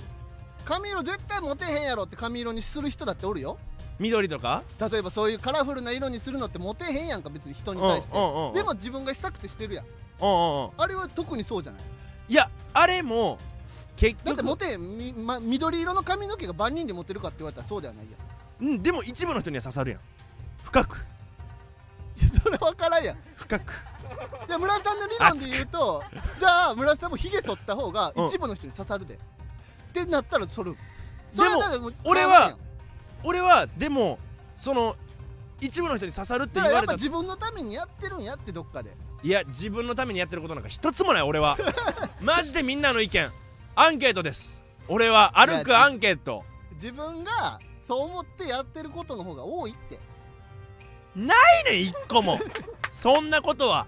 Speaker 2: 髪色絶対モテへんやろって髪色にする人だっておるよ
Speaker 1: 緑とか
Speaker 2: 例えばそういうカラフルな色にするのってモテへんやんか別に人に対して
Speaker 1: うんうんうんうん
Speaker 2: でも自分がしたくてしてるやん
Speaker 1: うんうんうん
Speaker 2: あれは特にそうじゃない
Speaker 1: いやあれも結
Speaker 2: だってモ
Speaker 1: 局
Speaker 2: テへんみ、ま、緑色の髪の毛が万人でモテるかって言われたらそうではないやん
Speaker 1: うんでも一部の人には刺さるやん深く
Speaker 2: いやそれ分からんやん
Speaker 1: 深く
Speaker 2: で村さんの理論で言うとじゃあ村さんもひげ剃った方が
Speaker 1: うん
Speaker 2: 一部の人に刺さるで、ってなったらそれそれはだってもう
Speaker 1: 俺は
Speaker 2: 変わらんやん
Speaker 1: 俺はでもその一部の人に刺さるって
Speaker 2: だ
Speaker 1: 言
Speaker 2: からや
Speaker 1: わ
Speaker 2: っ
Speaker 1: れ
Speaker 2: ぱ
Speaker 1: た
Speaker 2: 自分のためにやってるんやってどっかで
Speaker 1: いや自分のためにやってることなんか一つもない俺 はマジでみんなの意見アンケートです俺は歩くアンケート
Speaker 2: 自分がそう思ってやってることの方が多いって
Speaker 1: いねん一個もそんなことは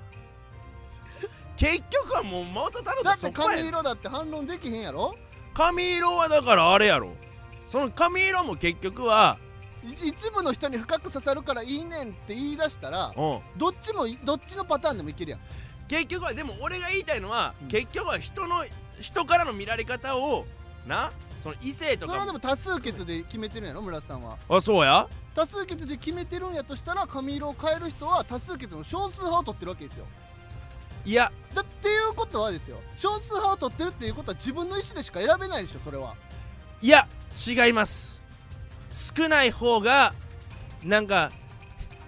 Speaker 1: 結局はもう元た
Speaker 2: だ
Speaker 1: だ
Speaker 2: っ
Speaker 1: そ
Speaker 2: て
Speaker 1: こや
Speaker 2: 髪
Speaker 1: ねん
Speaker 2: 色だって反論できへんやろ
Speaker 1: 髪色はだからあれやろその髪色も結局はい
Speaker 2: 一部の人に深く刺さるからいいねんって言い出したら
Speaker 1: うん
Speaker 2: どっちもいどっちのパターンでもいけるやん
Speaker 1: 結局はでも俺が言いたいのは、
Speaker 2: うん
Speaker 1: 結局は人の人からの見られ方をなその異性と
Speaker 2: それ
Speaker 1: か
Speaker 2: はで
Speaker 1: も
Speaker 2: も多数決で決めてるんやろ村さんは
Speaker 1: あそうや
Speaker 2: 多数決で決めてるんやとしたら髪色を変える人は多数決の少数派を取ってるわけですよ
Speaker 1: いや
Speaker 2: だってっていうことはですよ少数派を取ってるっていうことは自分の意思でしか選べないでしょそれはい
Speaker 1: や違います少ない方がなんか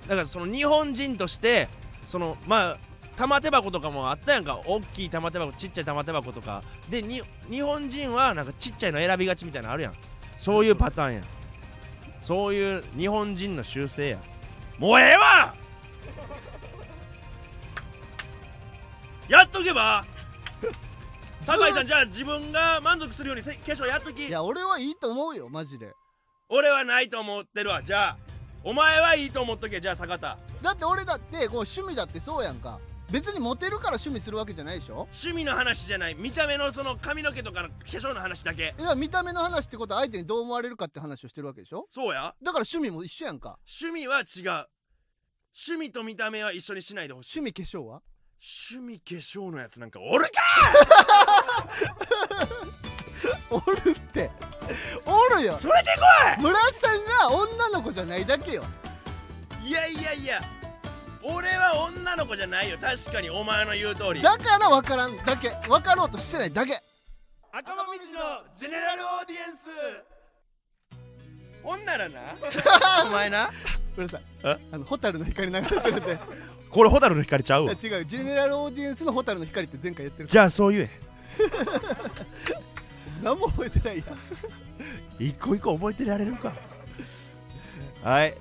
Speaker 1: だからその日本人としてそのまあ玉手箱とかもあったやんか大きい玉手箱ちっちゃい玉手箱とかでに日本人はなんかちっちゃいの選びがちみたいなのあるやんそういうパターンやんそういう日本人の習性やもうええわやっとけば酒井さんじゃあ自分が満足するようにせ化粧やっとき
Speaker 2: いや俺はいいと思うよマジで
Speaker 1: 俺はないと思ってるわじゃあお前はいいと思っとけじゃあ坂田
Speaker 2: だって俺だってこう趣味だってそうやんか別にモテるから趣味するわけじゃないでしょ
Speaker 1: 趣味の話じゃない見た目のその髪の毛とかの化粧の話だけ
Speaker 2: いや見た目の話ってことは相手にどう思われるかって話をしてるわけでしょ
Speaker 1: そうや
Speaker 2: だから趣味も一緒やんか
Speaker 1: 趣味は違う趣味と見た目は一緒にしないでほし
Speaker 2: 趣味化粧はい
Speaker 1: 趣味化粧のやつなんかおるか
Speaker 2: おるっておるよ
Speaker 1: それで
Speaker 2: 村さんが女の子じゃないだけよ
Speaker 1: こいいやいやいや俺は女の子じゃないよ確かにお前の言う通り
Speaker 2: だから分からんだけ分かろうとしてないだけ
Speaker 1: 赤もみじのジェネラルオーディエンスほんならな お前な
Speaker 2: ごめんなさい
Speaker 1: え
Speaker 2: あの蛍の光流れてるんでい
Speaker 1: これ蛍の光ちゃう
Speaker 2: や違うジェネラルオーディエンスの蛍の光って前回言ってるか
Speaker 1: じゃあそう言え
Speaker 2: ら何も覚えてないやん
Speaker 1: 一個一個覚えてられるかはい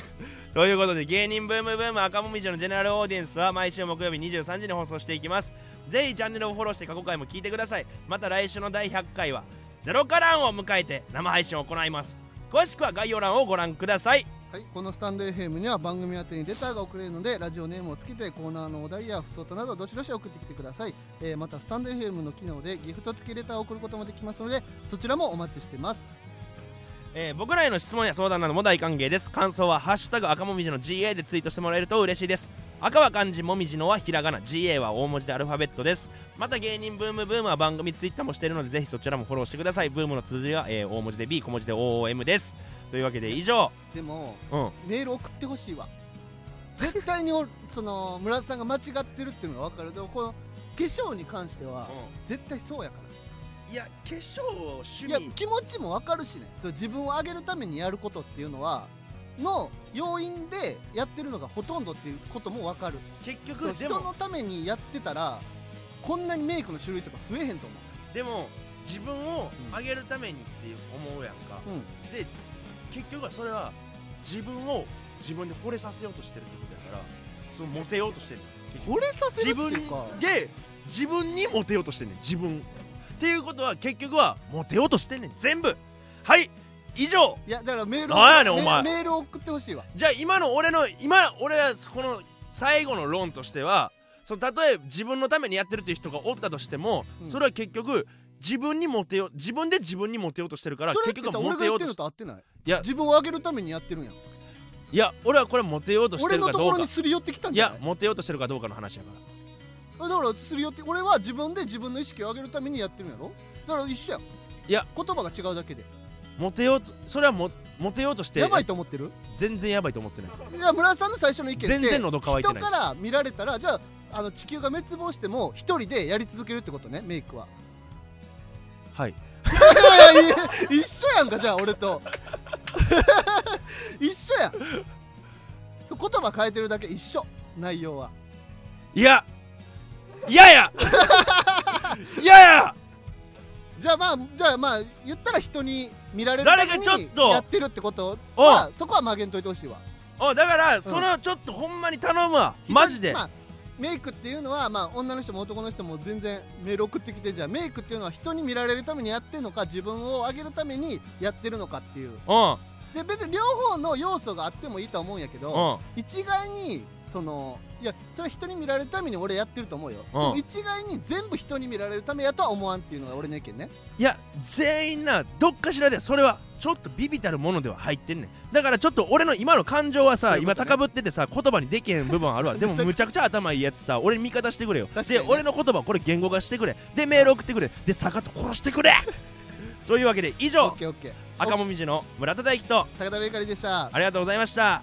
Speaker 1: ということで芸人ブームブーム赤もみじのジェネラルオーディエンスは毎週木曜日23時に放送していきますぜひチャンネルをフォローして過去回も聞いてくださいまた来週の第100回はゼロカランを迎えて生配信を行います詳しくは概要欄をご覧ください
Speaker 2: はい、このスタンド FM には番組宛てにレターが送れるのでラジオネームをつけてコーナーのお題やふつおたなどどしどし送ってきてください、えーまたスタンド FM の機能でギフト付きレターを送ることもできますのでそちらもお待ちしてます
Speaker 1: えー僕らへの質問や相談なども大歓迎です感想は「ハッシュタグ赤もみじの GA」でツイートしてもらえると嬉しいです赤は漢字もみじのはひらがな GA は大文字でアルファベットですまた芸人ブームブームは番組ツイッターもしているのでぜひそちらもフォローしてくださいブームの続きは、えー大文字で B 小文字で OOM ですというわけで以上
Speaker 2: でも
Speaker 1: うん
Speaker 2: メール送ってほしいわ絶対にお その村田さんが間違ってるっていうのが分かるでもこの化粧に関しては絶対そうやから
Speaker 1: いや化粧を趣
Speaker 2: いや気持ちも分かるしねそう自分を上げるためにやることっていうのはの要因でやってるのがほとんどっていうことも分かる
Speaker 1: 結
Speaker 2: そう
Speaker 1: 局で
Speaker 2: 人
Speaker 1: も
Speaker 2: のためにやってたらこんなにメイクの種類とか増えへんと思
Speaker 1: でも自分を
Speaker 2: 上
Speaker 1: 上げるためにって思うやんか、
Speaker 2: う、うん、
Speaker 1: で結局はそれは自分を自分で惚れさせようとしてるってことやからそのモテようとしてる結局
Speaker 2: 惚れさせる
Speaker 1: 自
Speaker 2: って
Speaker 1: 分
Speaker 2: いうか
Speaker 1: で自分にモテようとしてんねん自分っていうことは結局はモテようとしてんねん全部はい以上
Speaker 2: いやだからメール
Speaker 1: なんやねんお前
Speaker 2: メメール送ってほしいわ
Speaker 1: じゃあ今の俺の今俺はこの最後の論としてはそのたとえ自分のためにやってるっていう人がおったとしても、
Speaker 2: うん
Speaker 1: それは結局自分にモテよう自分で自分にモテようとしてるから
Speaker 2: それ
Speaker 1: 結
Speaker 2: って
Speaker 1: 局
Speaker 2: さ
Speaker 1: は
Speaker 2: 俺
Speaker 1: モ
Speaker 2: が
Speaker 1: テ
Speaker 2: 言
Speaker 1: よ
Speaker 2: っ
Speaker 1: う
Speaker 2: て
Speaker 1: とし
Speaker 2: るのと合ってない
Speaker 1: いや
Speaker 2: 自分を上げるためにやってるんやん
Speaker 1: いや俺はこれモテようとして
Speaker 2: 俺
Speaker 1: る
Speaker 2: の
Speaker 1: か
Speaker 2: と
Speaker 1: ど
Speaker 2: こ
Speaker 1: う
Speaker 2: ろ
Speaker 1: か
Speaker 2: にすり寄ってきたん
Speaker 1: い
Speaker 2: じゃな
Speaker 1: や
Speaker 2: い
Speaker 1: モテようとしてるかどうかの話やから
Speaker 2: だからすり寄って俺は自分で自分の意識を上げるためにやってるんやろだから一緒やん
Speaker 1: いや
Speaker 2: 言葉が違うだけで
Speaker 1: モテようとそれはモモテようとして
Speaker 2: やばいと思ってる
Speaker 1: 全然やばいと思ってない
Speaker 2: いや村田さんの最初の意見って
Speaker 1: 全然喉乾いてないし
Speaker 2: 人から見られたらじゃああの地球が滅亡しても一人でやり続けるってことねメイクは
Speaker 1: はい
Speaker 2: いやいやいや一緒やんかじゃあ 俺と一緒やんそう言葉変えてるだけ一緒内容はい
Speaker 1: やいややいやや
Speaker 2: じゃあまあじゃあまあ言ったら人に見られるため
Speaker 1: 誰
Speaker 2: に
Speaker 1: かちょっと
Speaker 2: やってるってこと
Speaker 1: お
Speaker 2: はそこは曲げんといてほしいわ
Speaker 1: おだからそのちょっとほんまに頼むわマジで
Speaker 2: まあ、メイクっていうのは、まあ、女の人も男の人も全然メール送ってきてじゃあメイクっていうのは人に見られるためにやってるのか自分を上げるためにやってるのかってい
Speaker 1: う
Speaker 2: う
Speaker 1: ん
Speaker 2: で別に両方の要素があってもいいとは思うんやけど、
Speaker 1: うん
Speaker 2: 一概にそのいやそれは人に見られるために俺やってると思うよ、
Speaker 1: うん
Speaker 2: でも一概に全部人に見られるためやとは思わんっていうのが俺の意見ね
Speaker 1: いや全員などっかしらでそれはちょっとビビたるものでは入ってんねんだからちょっと俺の今の感情はさ、
Speaker 2: そういうこ
Speaker 1: 今
Speaker 2: とね
Speaker 1: 高ぶっててさ言葉にできへん部分あるわでもむちゃくちゃ頭いいやつさ俺に味方してくれよ、
Speaker 2: 確かに
Speaker 1: で
Speaker 2: ね
Speaker 1: 俺の言葉これ言語化してくれでメール送ってくれで坂と殺して くれというわけで以
Speaker 2: オッ
Speaker 1: 上
Speaker 2: ケーオッケー
Speaker 1: 赤もみじの村田大樹と
Speaker 2: 坂田ベーカリーでした
Speaker 1: ありがとうございました